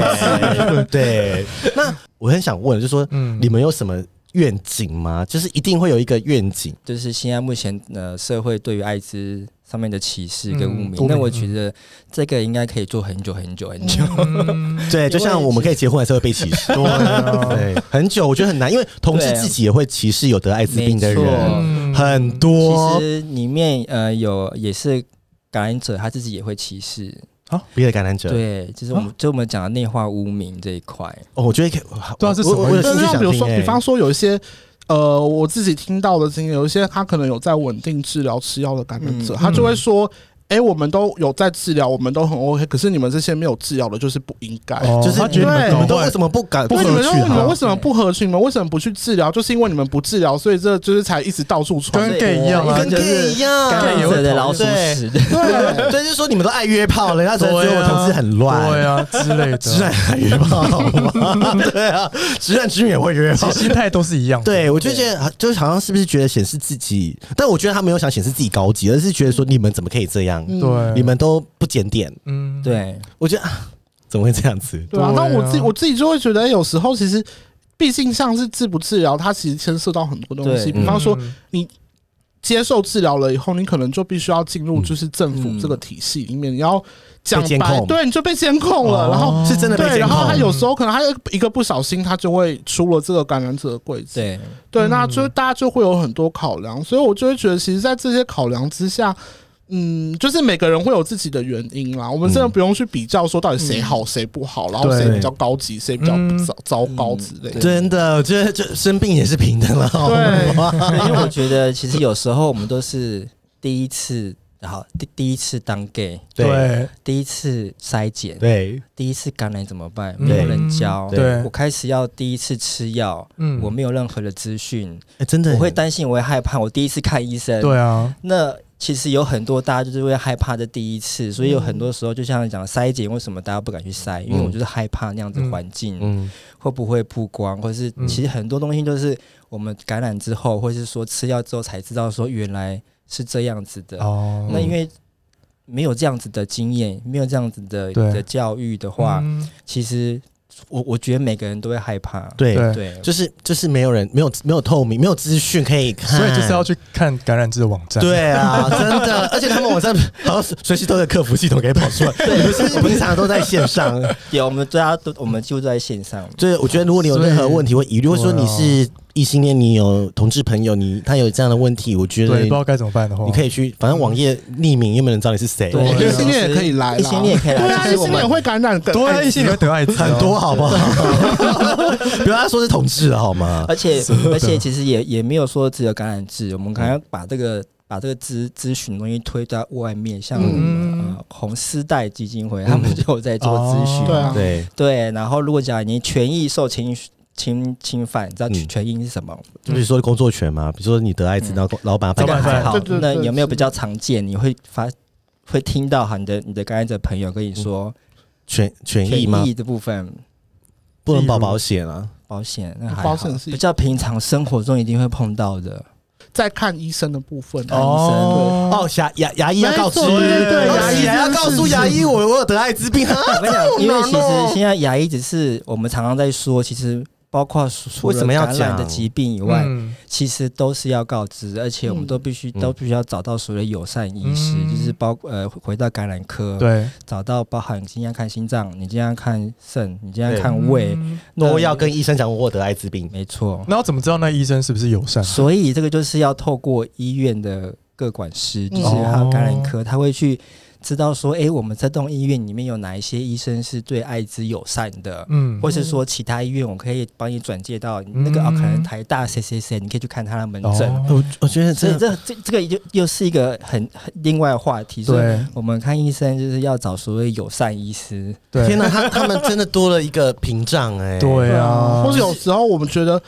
Speaker 1: 对对，那我很想问，就是说
Speaker 2: 嗯，
Speaker 1: 你们有什么愿景吗？就是一定会有一个愿景，
Speaker 3: 就是现在目前呃社会对于艾滋上面的歧视跟污
Speaker 2: 嗯
Speaker 3: 名，
Speaker 2: 污名
Speaker 3: 那我觉得这个应该可以做很久很久很久。
Speaker 2: 嗯
Speaker 1: 对，就像
Speaker 3: 因为
Speaker 1: 我们可以结婚还是会被歧 视，
Speaker 2: 对啊，
Speaker 1: 对，很久我觉得很难，因为同志
Speaker 3: 对啊
Speaker 1: 自己也会歧视有得艾滋病的
Speaker 3: 没错
Speaker 1: 人，
Speaker 2: 嗯
Speaker 1: 很多
Speaker 3: 其实里面呃有也是感染者，他自己也会歧视。
Speaker 1: 别的感染者。
Speaker 3: 对，就是我
Speaker 2: 啊
Speaker 3: 们、就我们讲的内化污名这一块。
Speaker 1: 哦，我觉得可以，
Speaker 2: 对啊
Speaker 1: 我
Speaker 2: 是什么
Speaker 1: 我我有
Speaker 2: 意
Speaker 1: 兴
Speaker 2: 思
Speaker 1: 趣
Speaker 4: 但是像
Speaker 1: 想
Speaker 4: 比如
Speaker 1: 听
Speaker 4: 说，
Speaker 1: 欸
Speaker 4: 比方说有一些。呃，我自己听到的经验，有一些他可能有在稳定治疗吃药的感染者，
Speaker 3: 嗯
Speaker 4: 他就会说：“哎、我们都有在治疗，我们都很 OK，可是你们这些没有治疗的，就是不应该。
Speaker 2: 哦
Speaker 1: 就是
Speaker 2: 他觉得
Speaker 4: 对
Speaker 1: 你
Speaker 2: 你
Speaker 1: 们
Speaker 2: 们
Speaker 1: 都
Speaker 2: 搞
Speaker 1: 为
Speaker 2: 坏
Speaker 1: 什么不敢
Speaker 2: 不
Speaker 4: 对，
Speaker 2: 合
Speaker 4: 你们
Speaker 2: 群
Speaker 4: 就问你
Speaker 2: 啊
Speaker 4: 们为什么不合群？你们为什么不去治疗？就是因为你们不治疗，所以这就是才一直到处传。
Speaker 2: 跟 gay 一样啊，
Speaker 1: 跟
Speaker 3: 就是
Speaker 1: gay 一样？
Speaker 3: 感染者的老鼠
Speaker 1: 对
Speaker 3: 屎，
Speaker 4: 对，啊
Speaker 1: 对，就是说你们都爱约炮了，人家只能觉
Speaker 2: 对
Speaker 1: 得我
Speaker 2: 啊
Speaker 1: 同志很乱，
Speaker 2: 对啊之类
Speaker 1: 直男
Speaker 2: 的，
Speaker 1: 还约炮吗？ 对啊，直男直女也会约炮
Speaker 2: 其实。心态都是一样的。
Speaker 1: 对，我就觉得啊就是好像是不是觉得显示自己，但我觉得他没有想显示自己高级，而是觉得说你们怎么可以这样？
Speaker 2: 对，
Speaker 1: 你们都不检点，
Speaker 2: 嗯，
Speaker 3: 对，
Speaker 1: 我觉得啊怎么会这样子？
Speaker 4: 对啊，
Speaker 2: 对
Speaker 4: 那
Speaker 2: 啊
Speaker 4: 我自己我自己就会觉得，有时候其实，毕竟像是治不治疗，它其实牵涉到很多东西。
Speaker 3: 对
Speaker 4: 比方说，
Speaker 2: 嗯
Speaker 4: 你接受治疗了以后，你可能就必须要进入就是政府这个体系里面，你要讲
Speaker 1: 被监
Speaker 4: 白
Speaker 1: 控，
Speaker 4: 对，你就被监控了，然后。
Speaker 1: 是真的被
Speaker 4: 对，
Speaker 1: 监
Speaker 4: 然后他
Speaker 1: 控，
Speaker 4: 有时候可能他一个不小心，他就会出了这个感染者的柜子。
Speaker 3: 对，
Speaker 4: 对，那就大家就会有很多考量，所以我就会觉得，其实，在这些考量之下，嗯，就是每个人会有自己的原因啦。我们真的
Speaker 1: 嗯
Speaker 4: 不用去比较说到底谁好谁不好，然后
Speaker 2: 对
Speaker 4: 谁比较高级，谁比较
Speaker 2: 嗯
Speaker 4: 糟糟糕之类的。
Speaker 1: 真的，我觉得这生病也是平等啊了。
Speaker 4: 对，
Speaker 3: 因为我觉得其实有时候我们都是第一次，然后第第一次当 gay，
Speaker 2: 对
Speaker 3: 第一次筛检，
Speaker 1: 对
Speaker 3: 第一次感染怎么办？
Speaker 2: 嗯
Speaker 3: 没有人教，
Speaker 2: 对
Speaker 3: 我开始要第一次吃药，
Speaker 2: 嗯
Speaker 3: 我没有任何的资讯，
Speaker 1: 哎真的
Speaker 3: 我会担心，我会害怕，我第一次看医生，
Speaker 2: 对啊，
Speaker 3: 那其实有很多大家就是会害怕这第一次，所以有
Speaker 2: 嗯
Speaker 3: 很多时候就像你讲筛检，为什么大家不敢去筛？因为
Speaker 1: 嗯
Speaker 3: 我就是害怕那样子环境、
Speaker 1: 嗯，
Speaker 3: 会不会曝光，或是
Speaker 2: 嗯
Speaker 3: 其实很多东西都是我们感染之后，或是说吃药之后才知道说原来是这样子的。
Speaker 2: 哦，
Speaker 3: 那因为没有这样子的经验，没有这样子的
Speaker 2: 对
Speaker 3: 的教育的话，
Speaker 2: 嗯
Speaker 3: 其实我我觉得每个人都会害怕。
Speaker 1: 对，
Speaker 2: 对，
Speaker 3: 对，
Speaker 1: 就是就是没有人没有没有透明，没有资讯可以看，
Speaker 2: 所以就是要去看感染者的网站，，
Speaker 1: 对啊，真的，而且他们网站好像随时都有客服系统可以跑出来，你们是不是平常都在线上？
Speaker 3: 有我们大家都我们就在线上。
Speaker 1: 就是我觉得如果你有任何问题或疑虑，或者说你是异性恋，你有同志朋友，你他有这样的问题，我觉
Speaker 2: 对，
Speaker 1: 得
Speaker 2: 不知道该怎么办的话，
Speaker 1: 你可以去，反正网页匿名，又没有人知道你是谁，
Speaker 3: 对
Speaker 4: 异性恋也可以来啦，
Speaker 3: 异性恋也可以来
Speaker 4: 对啊，异
Speaker 3: 就是我
Speaker 4: 性
Speaker 3: 们
Speaker 4: 恋也会感染更
Speaker 2: 对啊，
Speaker 4: 艾滋
Speaker 2: 一起你会得艾滋哦，
Speaker 1: 很多好不好？不要说是同志了好吗？
Speaker 3: 而且
Speaker 2: 是的嗯
Speaker 3: 而且其实也也没有说只有感染制，我们刚刚把这个把这个咨咨询东西推到外面，像、
Speaker 2: 嗯
Speaker 3: 呃红丝带基金会，他们就有在做咨询、
Speaker 2: 哦
Speaker 4: 对啊
Speaker 1: 对，
Speaker 3: 对，然后如果讲你权益受侵侵侵犯，你知道
Speaker 1: 嗯
Speaker 3: 权益是什么？
Speaker 1: 就比如说工作权嘛，比如说你得艾滋，
Speaker 3: 嗯
Speaker 1: 然后老板把
Speaker 2: 老
Speaker 3: 这
Speaker 1: 你
Speaker 3: 个
Speaker 2: 板
Speaker 3: 还好
Speaker 4: 对对，
Speaker 3: 那
Speaker 4: 对
Speaker 3: 有没有比
Speaker 4: 是
Speaker 3: 较常见？你会发会听到哈，你的你的感染者朋友跟
Speaker 2: 嗯
Speaker 3: 你说、
Speaker 1: 权权
Speaker 3: 权
Speaker 1: 益吗？
Speaker 3: 益的部分。
Speaker 1: 不能保保险啊，
Speaker 3: 保险那还好
Speaker 4: 保险是
Speaker 3: 比较平常生活中一定会碰到的，
Speaker 4: 在看医生的部分啊。
Speaker 2: 哦
Speaker 1: 哦，牙牙牙医要告知，
Speaker 4: 没错对对对
Speaker 1: 哦
Speaker 4: 牙医
Speaker 1: 牙要
Speaker 4: 这件
Speaker 1: 告
Speaker 4: 事
Speaker 1: 诉牙医我我有得艾滋病啊，
Speaker 3: 我跟你讲，因为其
Speaker 1: 这样
Speaker 3: 实
Speaker 1: 弄
Speaker 3: 现在牙医只是我们常常在说，其实包括除
Speaker 1: 为什么要
Speaker 3: 了感染的
Speaker 1: 讲
Speaker 3: 疾病以外，
Speaker 2: 嗯，
Speaker 3: 其实都是要告知，而且我们都必须、
Speaker 1: 嗯
Speaker 3: 都必须要找到所谓的友善医师，
Speaker 2: 嗯
Speaker 3: 就是包呃回到感染科，
Speaker 2: 对，
Speaker 3: 找到包含你今天看心脏，你今天看肾，你今天
Speaker 1: 对
Speaker 3: 看胃，
Speaker 2: 嗯
Speaker 1: 都要跟医生讲我有得艾滋病。
Speaker 3: 没错。
Speaker 2: 那要怎么知道那医生是不是友善？啊
Speaker 3: 所以这个就是要透过医院的各管师，就是还有感染科，他会去知道说，诶，我们这栋医院里面有哪一些医生是对艾滋友善的，
Speaker 2: 嗯，
Speaker 3: 或是说其他医院我可以帮你转介到那个
Speaker 2: 嗯
Speaker 3: 啊，可能台大谁谁谁，你可以去看他的门诊。
Speaker 2: 哦
Speaker 1: 我我觉得
Speaker 3: 所以
Speaker 1: 这
Speaker 3: 这这这个又又是一个很很另外的话题，所以
Speaker 2: 对
Speaker 3: 我们看医生就是要找所谓友善医师，
Speaker 2: 对，
Speaker 1: 天哪，他他们真的多了一个屏障哎。
Speaker 2: 对
Speaker 4: 对啊，
Speaker 2: 啊，
Speaker 4: 或者有时候我们觉得，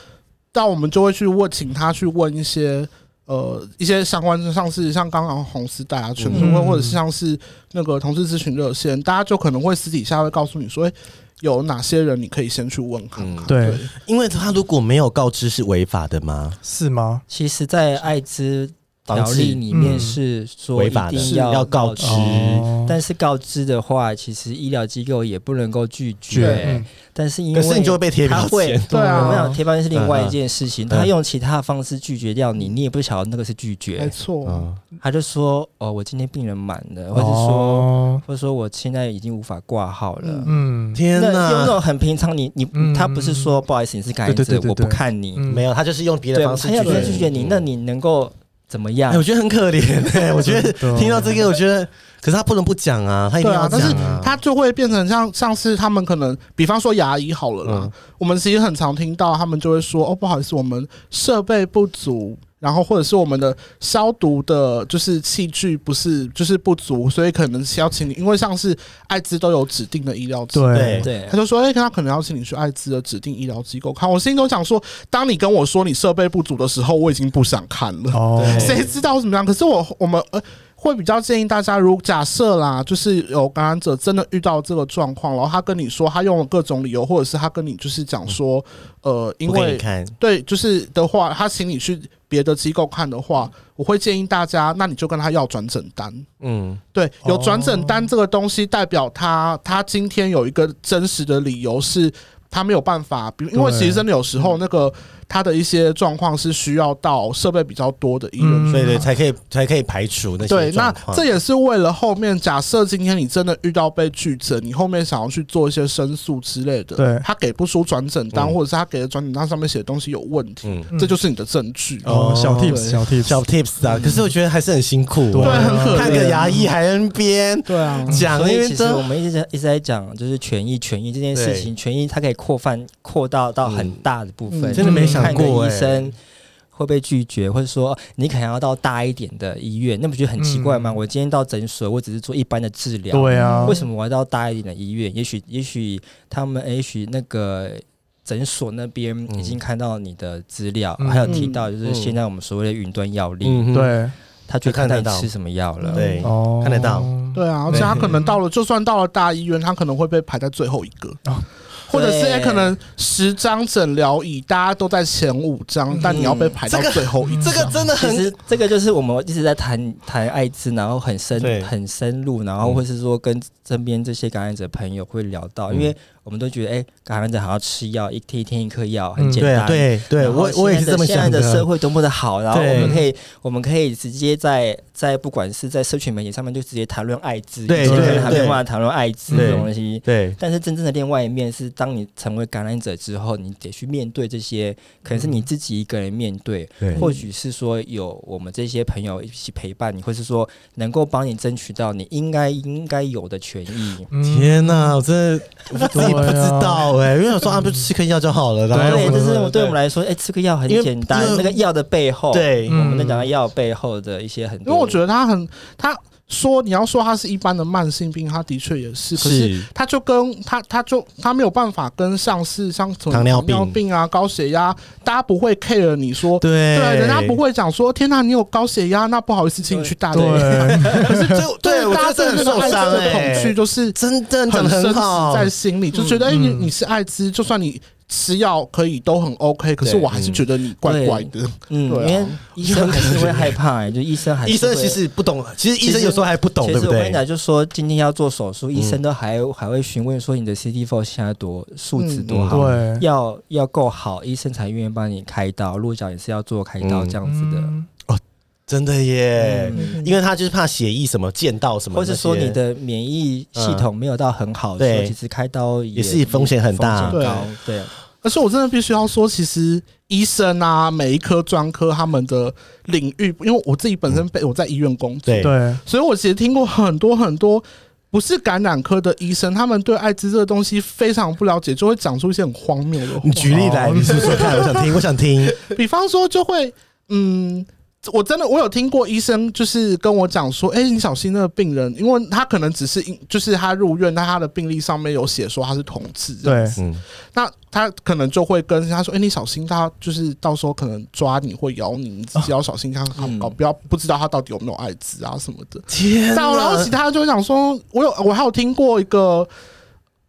Speaker 4: 但我们就会去问，请他去问一些呃一些相关，像是像刚刚红丝带啊、全民会，
Speaker 2: 嗯
Speaker 4: 或者是像是那个同事咨询热线，大家就可能会私底下会告诉你说，诶有哪些人你可以先去问看看。
Speaker 1: 嗯
Speaker 2: 对
Speaker 1: 因为他如果没有告知是违法的吗？
Speaker 2: 是吗？
Speaker 3: 其实，在艾滋条
Speaker 1: 防
Speaker 3: 例
Speaker 1: 治
Speaker 3: 里面
Speaker 2: 嗯
Speaker 3: 是说
Speaker 1: 违
Speaker 3: 一
Speaker 1: 法的
Speaker 3: 定
Speaker 1: 要告
Speaker 3: 告
Speaker 1: 知
Speaker 3: 知。
Speaker 2: 哦
Speaker 3: 但是告知的话，其实医疗机构也不能够拒
Speaker 2: 对
Speaker 3: 绝。
Speaker 2: 嗯
Speaker 3: 但是因
Speaker 1: 可是
Speaker 3: 为
Speaker 1: 你就会被贴标
Speaker 3: 他会
Speaker 1: 签。
Speaker 4: 对
Speaker 3: 我
Speaker 4: 啊，
Speaker 3: 想贴标签是另外一件事情，
Speaker 1: 嗯
Speaker 3: 他用其他的方式拒绝掉你，你也不晓得那个是拒
Speaker 4: 没
Speaker 3: 绝。
Speaker 4: 错，
Speaker 1: 嗯，
Speaker 3: 他就说：“哦，我今天病人满了，或者说，
Speaker 2: 哦
Speaker 3: 或者说我现在已经无法挂号了。
Speaker 4: 嗯
Speaker 2: 嗯，
Speaker 1: 天
Speaker 3: 那用那
Speaker 1: 哪，
Speaker 3: 种很平常，你你
Speaker 2: 嗯
Speaker 3: 他不是说不好意思，你是感染
Speaker 2: 对对
Speaker 3: 者
Speaker 2: 对，对
Speaker 3: 我不
Speaker 2: 对
Speaker 3: 看你，
Speaker 2: 嗯
Speaker 1: 没有，他就是用别
Speaker 3: 对
Speaker 1: 的方，式
Speaker 3: 他要不要拒绝你？那
Speaker 1: 嗯
Speaker 3: 你能够怎么样
Speaker 1: 哎，我？觉得很可怜哎，我觉得
Speaker 2: 真的
Speaker 1: 听到这个，我觉得，可是他不能不讲啊，他一定
Speaker 4: 对
Speaker 1: 要
Speaker 4: 啊，但
Speaker 1: 讲
Speaker 4: 是
Speaker 1: 啊。
Speaker 4: 他就会变成像像是他们可能，比方说牙医好了啦，
Speaker 1: 嗯
Speaker 4: 我们其实很常听到他们就会说哦，不好意思，我们设备不足，然后或者是我们的消毒的，就是器具不是就是不足，所以可能是要请你，因为像是艾滋都有指定的医疗机构。
Speaker 2: 对
Speaker 1: 对
Speaker 3: 对
Speaker 4: 他，就说：“哎、他可能要请你去艾滋的指定医疗机构看。”我心里都想说：“当你跟我说你设备不足的时候，我已经不想看了。”
Speaker 2: 哦，
Speaker 1: 对
Speaker 4: 谁知道怎么样？可是我我们呃会比较建议大家，如假设啦，就是有感染者真的遇到这个状况，然后他跟你说他用了各种理由，或者是他跟你就是讲说，呃，因
Speaker 1: 不给你
Speaker 4: 为
Speaker 1: 看，
Speaker 4: 对，就是的话，他请你去别的机构看的话，我会建议大家，那你就跟他要转诊单。
Speaker 1: 嗯，
Speaker 4: 对，有转诊
Speaker 2: 哦
Speaker 4: 单这个东西，代表他他今天有一个真实的理由是。他没有办法，比如因为
Speaker 2: 对
Speaker 4: 其实真的有时候那个他的一些状况是需要到设备比较多的医院
Speaker 2: 嗯
Speaker 4: 去。
Speaker 1: 对对，才可以才可以排除那些
Speaker 4: 对，那
Speaker 1: 状况
Speaker 4: 这也是为了后面，假设今天你真的遇到被拒诊，你后面想要去做一些申诉之类的，
Speaker 2: 对
Speaker 4: 他给不出转诊单，
Speaker 1: 嗯
Speaker 4: 或者是他给的转诊单上面写的东西有问题，
Speaker 1: 嗯
Speaker 2: 嗯
Speaker 4: 这就是你的证据。
Speaker 2: 哦，小
Speaker 1: 哦
Speaker 2: tips，
Speaker 4: 对
Speaker 2: 小 tips，
Speaker 1: 小 tips 啊。可是我觉得还是很辛苦
Speaker 2: 对
Speaker 4: 对，
Speaker 1: 哦，
Speaker 4: 很可
Speaker 1: 看
Speaker 4: 怜
Speaker 1: 个牙医还能编
Speaker 4: 对啊，
Speaker 1: 讲，
Speaker 3: 所
Speaker 1: 因
Speaker 3: 以
Speaker 1: 为
Speaker 3: 其实
Speaker 1: 这
Speaker 3: 我们一直在一直在讲，就是权益，权益这件事情，权益它可以扩泛扩大到很大的部分，
Speaker 4: 嗯
Speaker 1: 真的没想
Speaker 3: 看个
Speaker 1: 过
Speaker 3: 医
Speaker 1: 欸
Speaker 3: 生会被拒绝，或者说哦你可能要到大一点的医院，那不觉得很奇怪吗？
Speaker 2: 嗯
Speaker 3: 我今天到诊所，我只是做一般的治疗，
Speaker 2: 对啊
Speaker 3: 为，什么我要到大一点的医院？也许，也许他们，也许那个诊所那边
Speaker 1: 嗯
Speaker 3: 已经看到你的资料，
Speaker 2: 嗯
Speaker 3: 还有提到就是
Speaker 1: 嗯
Speaker 3: 现在我们所谓的云端药力，
Speaker 1: 嗯，
Speaker 2: 对
Speaker 3: 他就
Speaker 1: 就看
Speaker 3: 看
Speaker 1: 得
Speaker 3: 到
Speaker 1: 到嗯
Speaker 3: 你吃什么药了。
Speaker 1: 对
Speaker 4: 嗯
Speaker 2: 哦，
Speaker 1: 看得到
Speaker 4: 对啊，而且他可能到了，就算到了大医院，他可能会被排在最后一个
Speaker 2: 哦，
Speaker 4: 或者是
Speaker 3: 对
Speaker 4: 哎可能十张诊疗椅，大家都在前五张，但你要被排
Speaker 1: 嗯
Speaker 4: 到
Speaker 1: 这个
Speaker 4: 最后一
Speaker 1: 这个
Speaker 4: 张。
Speaker 1: 真的
Speaker 3: 其
Speaker 1: 很
Speaker 3: 实这个就是我们一直在谈谈艾滋，然后很深
Speaker 1: 对
Speaker 3: 很深入，然后
Speaker 1: 嗯
Speaker 3: 或是说跟身边这些感染者朋友会聊到，
Speaker 1: 嗯
Speaker 3: 因为我们都觉得，哎、感染者好像吃药，一天一天一颗药，
Speaker 2: 嗯
Speaker 3: 很简
Speaker 1: 对
Speaker 3: 单。
Speaker 1: 啊，对对，
Speaker 3: 然后
Speaker 1: 我
Speaker 3: 现
Speaker 1: 我也
Speaker 3: 在
Speaker 1: 是
Speaker 3: 的
Speaker 1: 这么想
Speaker 3: 现在的社
Speaker 1: 的。
Speaker 3: 会多么的好，然后我们
Speaker 1: 对
Speaker 3: 可以，我们可以直接在在不管是在社群媒体上面就直接谈论艾滋，
Speaker 1: 对
Speaker 3: 以前
Speaker 2: 对
Speaker 3: 可能还没
Speaker 1: 对
Speaker 3: 有办法谈论艾滋
Speaker 1: 对
Speaker 3: 这种东西。
Speaker 1: 对，
Speaker 3: 但是真正的另外一面是，当你成为感染者之后，你得去面对这些，可能是你自己一个人面对，
Speaker 1: 对
Speaker 3: 或许是说有我们这些朋友一起陪伴你，或是说能够帮你争取到你应该应该有的权益。
Speaker 2: 嗯
Speaker 1: 天哪，我真的我自己不知
Speaker 2: 对啊
Speaker 1: 道哎，因为我说啊，不吃颗药就好了，然后
Speaker 3: 对，
Speaker 1: 我
Speaker 3: 这是
Speaker 1: 们
Speaker 3: 对我们来说，哎、吃个药很
Speaker 1: 因为
Speaker 3: 简单
Speaker 1: 因为，
Speaker 3: 那个药的背后，，
Speaker 1: 对
Speaker 2: 嗯
Speaker 3: 我们在讲到药背后的一些很
Speaker 1: 嗯
Speaker 4: 因
Speaker 3: 多，
Speaker 4: 为我觉得他很，他说你要说他是一般的慢性病，他的确也是，可是。他就跟他，他就他没有办法跟上市像什么
Speaker 1: 糖尿病
Speaker 4: 啊、高血压，大家不会 care 你说，
Speaker 1: 对
Speaker 4: 对，人家不会讲说，天哪，你有高血压，那不好意思，请你去大医 院。
Speaker 2: 对，
Speaker 1: 可是就对我
Speaker 4: 大
Speaker 1: 觉
Speaker 4: 家
Speaker 1: 得真的很
Speaker 4: 对这个
Speaker 1: 受
Speaker 4: 艾滋
Speaker 1: 伤
Speaker 4: 的
Speaker 1: 哎，
Speaker 4: 恐惧就是
Speaker 1: 真的讲
Speaker 4: 很
Speaker 1: 得很
Speaker 4: 深植
Speaker 1: 好，
Speaker 4: 在心里，就觉得哎、
Speaker 2: 嗯
Speaker 4: 你
Speaker 2: 嗯
Speaker 4: 你是艾滋，就算你吃药可以都很 OK，可是
Speaker 1: 对嗯
Speaker 4: 我还是觉得你怪怪的。
Speaker 3: 嗯，
Speaker 4: 对啊
Speaker 3: 因为医生还是会害怕、哎就医生还 是
Speaker 1: 医生
Speaker 3: 会
Speaker 1: 其实不懂，其实医
Speaker 3: 其
Speaker 1: 生
Speaker 3: 实
Speaker 1: 有时候还不懂，
Speaker 3: 其
Speaker 1: 对不
Speaker 3: 实我跟
Speaker 1: 对
Speaker 3: 你？讲，就说今天要做手术，医
Speaker 1: 嗯
Speaker 3: 生都还还会询问说你的 CD4 现在多数值多
Speaker 1: 嗯
Speaker 3: 好，
Speaker 2: 对，
Speaker 3: 要要够好，医生才愿意帮你开刀。落脚也是要做开刀
Speaker 1: 嗯
Speaker 3: 这样子的，
Speaker 2: 嗯
Speaker 1: 真的耶，
Speaker 3: 嗯
Speaker 1: 因为他就是怕血液什么溅到什么
Speaker 3: 或
Speaker 1: 那些，
Speaker 3: 者说你的免疫系统没有到很好的时
Speaker 1: 对
Speaker 3: 候，其实开刀也
Speaker 1: 也是风险很大
Speaker 3: 风险高对，
Speaker 4: 而且我真的必须要说，其实医生啊，每一科专科他们的领域，因为我自己本身被我在医院工作，
Speaker 1: 对
Speaker 2: 对，
Speaker 4: 所以我其实听过很多很多。不是感染科的医生，他们对艾滋这个东西非常不了解，就会讲出一些很荒谬的话
Speaker 1: 你。举例来，
Speaker 2: 哦
Speaker 1: 你说说看，我想听，我想 听。
Speaker 4: 比方说就会，嗯，我真的我有听过医生就是跟我讲说，哎、你小心那个病人，因为他可能只是因就是他入院，但他的病历上面有写说他是同志，，
Speaker 2: 对，
Speaker 1: 嗯，
Speaker 4: 那他可能就会跟他说，哎、你小心他就是到时候可能抓你或咬你，你自己要小心看看，
Speaker 3: 嗯
Speaker 4: 搞、不要不知道他到底有没有艾滋啊什么的。
Speaker 1: 天
Speaker 4: 然后，然后
Speaker 1: 哪
Speaker 4: 其！他就会讲说，我有我还有听过一个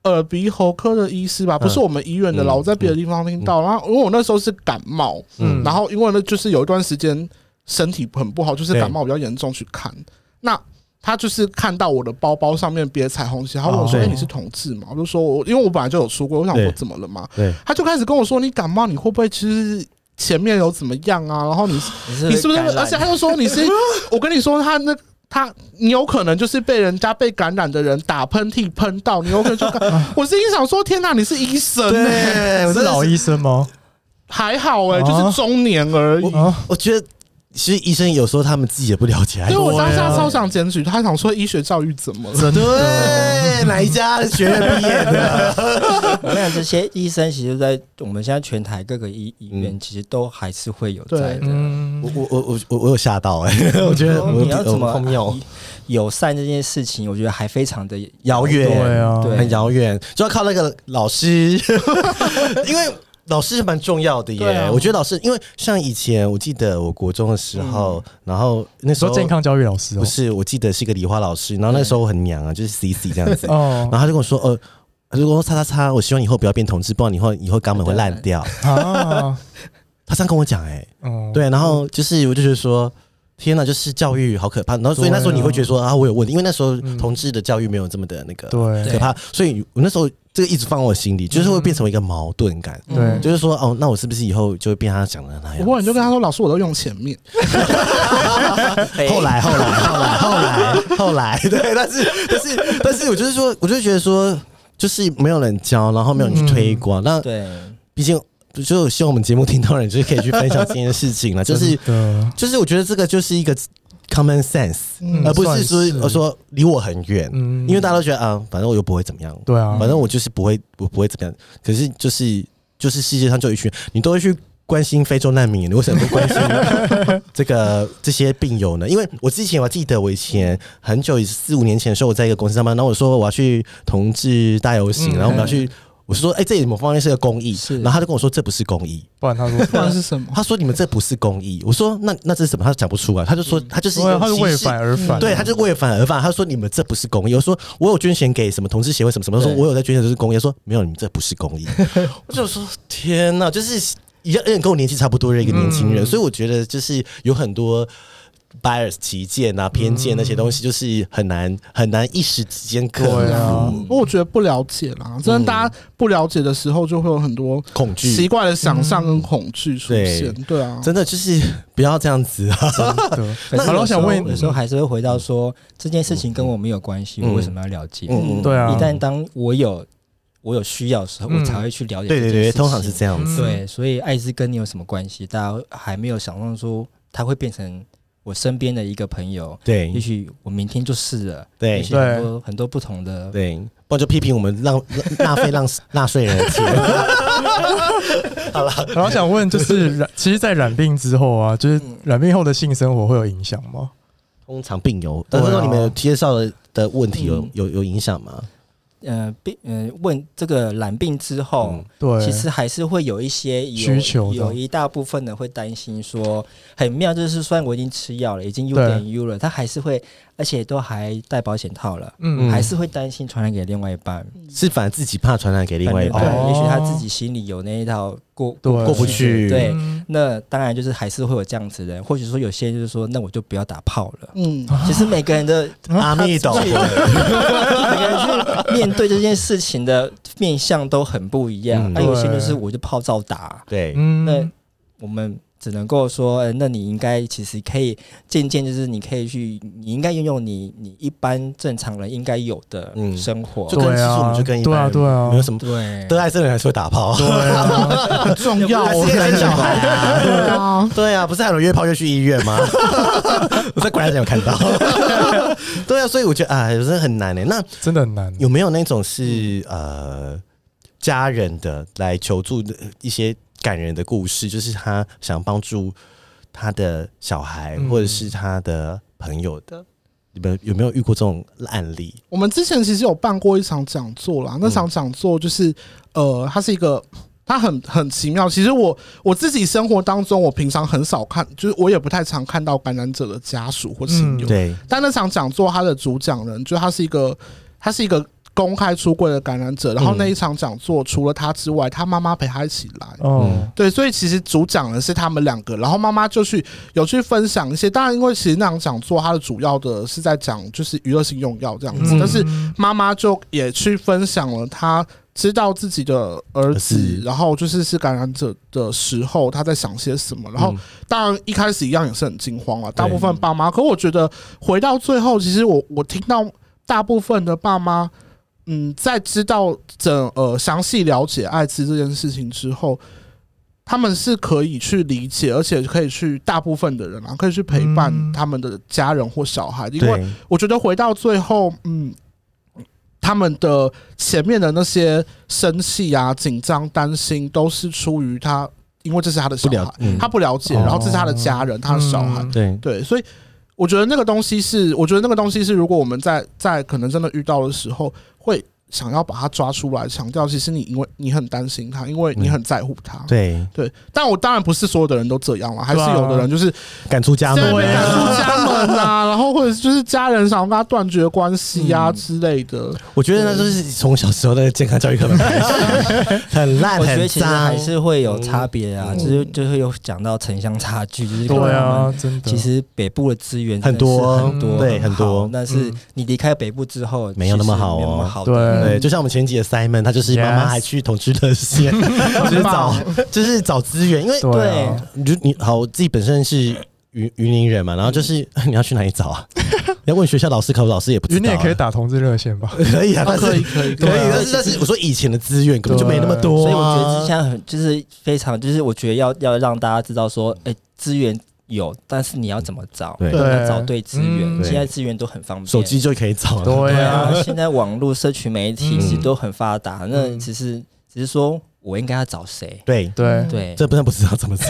Speaker 4: 耳鼻喉科的医师吧，不是我们医院的啦，
Speaker 1: 嗯
Speaker 4: 我在别的地方听到。然后因为我那时候是感冒，
Speaker 1: 嗯
Speaker 4: 然后因为呢就是有一段时间身体很不好，就是
Speaker 1: 对
Speaker 4: 感冒比较严重去看。那他就是看到我的包包上面别彩虹旗，他问我说：“
Speaker 1: 哦
Speaker 4: 哎、你是同志吗？”我就说我：“因为我本来就有出过，我想
Speaker 1: 对
Speaker 4: 说怎么了嘛
Speaker 1: 对，？”
Speaker 4: 他就开始跟我说：“你感冒，你会不会其实前面有怎么样啊？然后你你
Speaker 3: 你
Speaker 4: 是不是？而且他又说你是，我跟你说，他那他，你有可能就是被人家被感染的人打喷嚏喷到，你有可能就感。我心里想说，天哪，你是医生呢、
Speaker 1: 对，我
Speaker 2: 是
Speaker 1: 真的
Speaker 2: 老
Speaker 1: 是，
Speaker 2: 医生吗？
Speaker 4: 还好哎、
Speaker 2: 啊
Speaker 4: 就是中年而已。
Speaker 2: 啊，
Speaker 1: 我觉得其实医生有时候他们自己也不了解，
Speaker 4: 所以我当
Speaker 2: 对
Speaker 4: 下
Speaker 2: 啊
Speaker 4: 超想检举他，想说医学教育怎么了？
Speaker 1: 对哪一家的学院毕业的？
Speaker 3: 我想这些医生其实，在我们现在全台各个医医院，
Speaker 1: 嗯
Speaker 3: 其实都还是会有
Speaker 4: 对
Speaker 3: 在的。
Speaker 2: 嗯
Speaker 1: 我，我我我我我有吓到哎，我觉得
Speaker 3: 说
Speaker 1: 我
Speaker 3: 你要怎
Speaker 1: 我荒
Speaker 3: 么
Speaker 1: 谬，嗯
Speaker 3: 友善这件事情，我觉得还非常的
Speaker 1: 遥远
Speaker 2: 对啊
Speaker 3: 对
Speaker 1: 很遥远，就要靠那个老 师，因为老师是蛮重要的耶。
Speaker 4: 对啊
Speaker 1: 我觉得老师，因为像以前我记得我国中的时候，然后那时
Speaker 2: 说
Speaker 1: 候
Speaker 2: 健康教育老师哦
Speaker 1: 不，是，我记得是一个理化老师，然后那时候我很娘啊，就是 C C 这样子，然后
Speaker 2: 哦
Speaker 1: 他就跟我说，呃。他就跟我说：“叉叉叉，我希望以后不要变同志，不然以后以后肛门会烂掉。
Speaker 2: 啊，”
Speaker 1: 他这样跟我讲，哎，
Speaker 2: 哦，
Speaker 1: 对，然后就是我就觉得说，天哪，就是教育好可怕。然后所以
Speaker 2: 对啊
Speaker 1: 那时候你会觉得说啊，我有问题，因为那时候
Speaker 2: 嗯
Speaker 1: 同志的教育没有这么的那个
Speaker 2: 对
Speaker 1: 可怕，所以我那时候这个一直放在我心里，就是会变
Speaker 2: 嗯
Speaker 1: 成一个矛盾感。
Speaker 2: 对
Speaker 5: 嗯
Speaker 1: 就是说，哦，那我是不是以后就会变他讲的那
Speaker 4: 不
Speaker 1: 样？
Speaker 4: 过你就跟他说，老师，我都用前面，
Speaker 1: 后来，后来，后来，后来，后来， 对，但是，但是，但是，我就是说，我就觉得说，就是没有人教，然后没有人去
Speaker 2: 嗯
Speaker 1: 推广。那
Speaker 3: 对，
Speaker 1: 毕竟，就希望我们节目听到的人，就是可以去分享这件事 情了。就是，
Speaker 2: 真的
Speaker 1: 就是，我觉得这个就是一个 common sense，
Speaker 2: 嗯
Speaker 4: 呃
Speaker 1: 而不是
Speaker 2: 算
Speaker 1: 说我呃说离我很远，
Speaker 2: 嗯
Speaker 1: 因为大家都觉得啊，反正我又不会怎么样，
Speaker 2: 对啊，
Speaker 1: 反正我就是不会，我不会怎么样。可是就是就是世界上就有一群，你都会去关心非洲难民，你为什么不关心 这个这些病友呢？因为我之前我记得我以前很久以四五年前的时候，我在一个公司上班，然后我说我要去同志大游行，
Speaker 2: 嗯
Speaker 1: 然后我们要去。我是说，哎、这某方面是个公益，
Speaker 3: 是
Speaker 1: 然后他就跟我说这不是公益，
Speaker 2: 不然啊他说
Speaker 4: 不然是什么？
Speaker 1: 他说你们这不是公益，我说那那这是什么？他讲不出来，他就说他就是一
Speaker 2: 对
Speaker 1: 个
Speaker 2: 啊他是
Speaker 1: 歧
Speaker 2: 为
Speaker 1: 视
Speaker 2: 反而反，啊
Speaker 1: 对，他就为反而反，他说你们这不是公益。我说我有捐钱给什么同志协会什么什么，他说
Speaker 3: 对
Speaker 1: 我有在捐钱，这是公益。他说没有，你们这不是 公益。我就说天哪，就是一样，有点跟我年纪差不多的一个年轻人，
Speaker 2: 嗯
Speaker 1: 所以我觉得就是有很多 bias 旗舰啊、偏见那些东西，就是很难很难一时之间克
Speaker 2: 对啊
Speaker 1: 服
Speaker 4: 嗯不过我觉得不了解啦，真的，大家不了解的时候，就会有很多
Speaker 1: 恐
Speaker 4: 奇
Speaker 1: 惧。
Speaker 4: 怪的想象跟恐惧出现。对啊，
Speaker 1: 真的就是不要这样子啊！
Speaker 2: 对
Speaker 3: 那
Speaker 2: 好了，我想问
Speaker 3: 有时候还是会回到说这件事情跟我没有关系，
Speaker 1: 嗯
Speaker 3: 我为什么要了解？
Speaker 1: 嗯嗯
Speaker 2: 对啊
Speaker 3: 一旦当我有我有需要的时候，
Speaker 2: 嗯
Speaker 3: 我才会去了解。
Speaker 1: 对对对，通常是这
Speaker 3: 样。
Speaker 1: 样子。
Speaker 3: 对，所以艾滋跟你有什么关系？大家还没有想象说它会变成我身边的一个朋友，
Speaker 1: 对
Speaker 3: 也许我明天就是了。
Speaker 1: 对
Speaker 3: 也许很多很多不同的。
Speaker 1: 哎对，不然就批评我们浪浪费浪纳税人的钱。
Speaker 2: 然后想问，就是染，其实，在染病之后啊，就是
Speaker 1: 嗯
Speaker 2: 染病后的性生活会有影响吗？
Speaker 1: 通常病友，
Speaker 2: 对
Speaker 1: 但
Speaker 2: 啊
Speaker 1: 是说你们有介绍的的问题有、
Speaker 3: 嗯
Speaker 1: 有有影响吗？
Speaker 3: 呃，病呃，问这个染病之后
Speaker 1: 嗯，
Speaker 2: 对，
Speaker 3: 其实还是会有一些有
Speaker 2: 需求的
Speaker 3: 有一大部分的会担心说，很妙，就是虽然我已经吃药了，已经 U
Speaker 2: 对
Speaker 3: 点 U 了，他还是会，而且都还戴保险套了，
Speaker 2: 嗯
Speaker 3: 还是会担心传染给另外一半。
Speaker 1: 是反而自己怕传染给另外一
Speaker 3: 对
Speaker 1: 半，
Speaker 2: 哦
Speaker 3: 也许他自己心里有那一套过
Speaker 2: 对
Speaker 1: 过不去。
Speaker 3: 对
Speaker 2: 嗯
Speaker 3: 那当然就是还是会有这样子的人，或许说有些人就是说，那我就不要打炮了。
Speaker 4: 嗯，
Speaker 3: 其实每个人的
Speaker 1: 阿弥陀佛，
Speaker 3: 每个人去面对这件事情的面向都很不一样。
Speaker 1: 嗯
Speaker 3: 那、有些人就是
Speaker 2: 对
Speaker 3: 我就泡照打，
Speaker 1: 对，
Speaker 2: 嗯
Speaker 3: 那我们只能够说，呃那你应该其实可以渐渐就是你可以去，你应该拥有你你一般正常人应该有的
Speaker 1: 嗯
Speaker 3: 生活。
Speaker 1: 就跟其
Speaker 2: 对啊
Speaker 1: 实我们就跟一
Speaker 2: 对
Speaker 1: 般
Speaker 2: 啊
Speaker 1: 人
Speaker 2: 对啊
Speaker 1: 没有什 么。
Speaker 3: 对
Speaker 1: 得癌症人还是会打炮，
Speaker 4: 很重要。
Speaker 1: 还是
Speaker 4: 我
Speaker 1: 可以
Speaker 4: 跟
Speaker 1: 生
Speaker 4: 你
Speaker 1: 小孩
Speaker 4: 讲，
Speaker 1: 啊。
Speaker 4: 对啊，
Speaker 1: 对啊，不是还有人约炮约去医院吗？ 我在果然有看到。 对啊，所以我觉得啊，有时候很难诶。那
Speaker 2: 真的很难。
Speaker 1: 有没有那种是呃家人的来求助的一些感人的故事？就是他想帮助他的小孩
Speaker 2: 嗯
Speaker 1: 或者是他的朋友的，你们有没有遇过这种案例？
Speaker 4: 我们之前其实有办过一场讲座
Speaker 1: 嗯
Speaker 4: 啦，那场讲座就是呃，它是一个。它很很奇妙，其实我我自己生活当中，我平常很少看，就是我也不太常看到感染者的家属或亲
Speaker 2: 有。
Speaker 4: 友
Speaker 1: 嗯对，
Speaker 4: 但那场讲座，他的主讲人就他是一个，他是一个公开出柜的感染者。然
Speaker 1: 嗯
Speaker 4: 后那一场讲座，除了他之外，他妈妈陪他一起来。
Speaker 2: 哦，
Speaker 4: 对，所以其实主讲人是他们两个，然后妈妈就去有去分享一些。当然，因为其实那场讲座，它的主要的是在讲就是娱乐性用药这样子，
Speaker 2: 嗯
Speaker 4: 但是妈妈就也去分享了她知道自己的儿
Speaker 1: 儿
Speaker 4: 子
Speaker 1: 子，
Speaker 4: 然后就是是感染者的时候，她在想些什么。然后
Speaker 1: 嗯
Speaker 4: 当然一开始一样也是很惊慌了，啊大部分爸妈。可我觉得回到最后，其实我我听到大部分的爸妈，嗯，在知道整呃详细了解艾滋这件事情之后。他们是可以去理解，而且可以去大部分的人啊，可以去陪伴
Speaker 2: 嗯
Speaker 4: 他们的家人或小孩，因为
Speaker 1: 对，
Speaker 4: 我觉得回到最后，嗯，他们的前面的那些生气啊、紧张、担心，都是出于他，因为这是他的小
Speaker 1: 不
Speaker 4: 孩
Speaker 1: 了，，嗯
Speaker 4: 他不了解，
Speaker 2: 哦
Speaker 4: 然后这是他的家人，他的小孩，
Speaker 2: 嗯
Speaker 1: 对，
Speaker 4: 对，所以我觉得那个东西是，我觉得那个东西是，如果我们在在可能真的遇到的时候，会想要把它抓出来，强调其实你因为你很担心他，因为你很在乎他。
Speaker 1: 对，
Speaker 4: 对，但我当然不是所有的人都这样了，还是
Speaker 2: 对啊
Speaker 4: 有的人就是
Speaker 1: 赶出家门
Speaker 4: 现在被
Speaker 2: 对
Speaker 4: 赶
Speaker 1: 啊。
Speaker 4: 出家门 啊，然后或者是就是家人想要跟他断绝关系啊
Speaker 3: 嗯
Speaker 4: 之类的。
Speaker 1: 我觉得那就是从小时候那个健康教育课本开 始，很烂
Speaker 3: 我觉
Speaker 1: 很
Speaker 3: 得其实还
Speaker 1: 脏。
Speaker 3: 是会有差别啊，
Speaker 1: 嗯
Speaker 3: 就是就是有讲到城乡差距，就是可
Speaker 2: 对
Speaker 3: 能我们
Speaker 2: 啊，真的，
Speaker 3: 其实北部的资源
Speaker 1: 很多
Speaker 3: 真的是很多，
Speaker 1: 对很多
Speaker 3: 好但是
Speaker 2: 嗯
Speaker 3: 你离开北部之后，
Speaker 1: 没有那么好哦
Speaker 3: 其实没有那么好的
Speaker 2: 对
Speaker 1: 对，就像我们前几的 Simon，他就是
Speaker 2: Yes
Speaker 1: 妈妈还去同志热线，就是找 就是找资源，因为
Speaker 2: 对啊
Speaker 1: 你就你好，我自己本身是云云林人嘛，然后就是 你要去哪里找啊？ 你要问学校老师，可能老师也不知
Speaker 2: 云林
Speaker 1: 道
Speaker 2: 也
Speaker 1: 啊。
Speaker 2: 可以打同志热线吧？
Speaker 1: 可以啊，但是
Speaker 4: 可以可
Speaker 1: 可以，
Speaker 4: 以
Speaker 2: 哦对啊
Speaker 1: 但是但是我说以前的资源根本就没那么多啊，
Speaker 3: 所以我觉得现在很就是非常就是我觉得要要让大家知道说，哎，资源有，但是你要怎么找？
Speaker 1: 对
Speaker 2: 对
Speaker 3: 要找对资源，
Speaker 2: 嗯
Speaker 3: 现在资源都很方便，
Speaker 1: 手机就可以找了。
Speaker 2: 对
Speaker 3: 对
Speaker 2: 啊
Speaker 3: 啊，， 现在网络社群媒体其实
Speaker 1: 嗯
Speaker 3: 都很发达，那
Speaker 2: 嗯
Speaker 3: 只是只是说我应该要找谁？
Speaker 1: 对。
Speaker 2: 对，
Speaker 3: 对，
Speaker 1: 这真的不知道怎么找，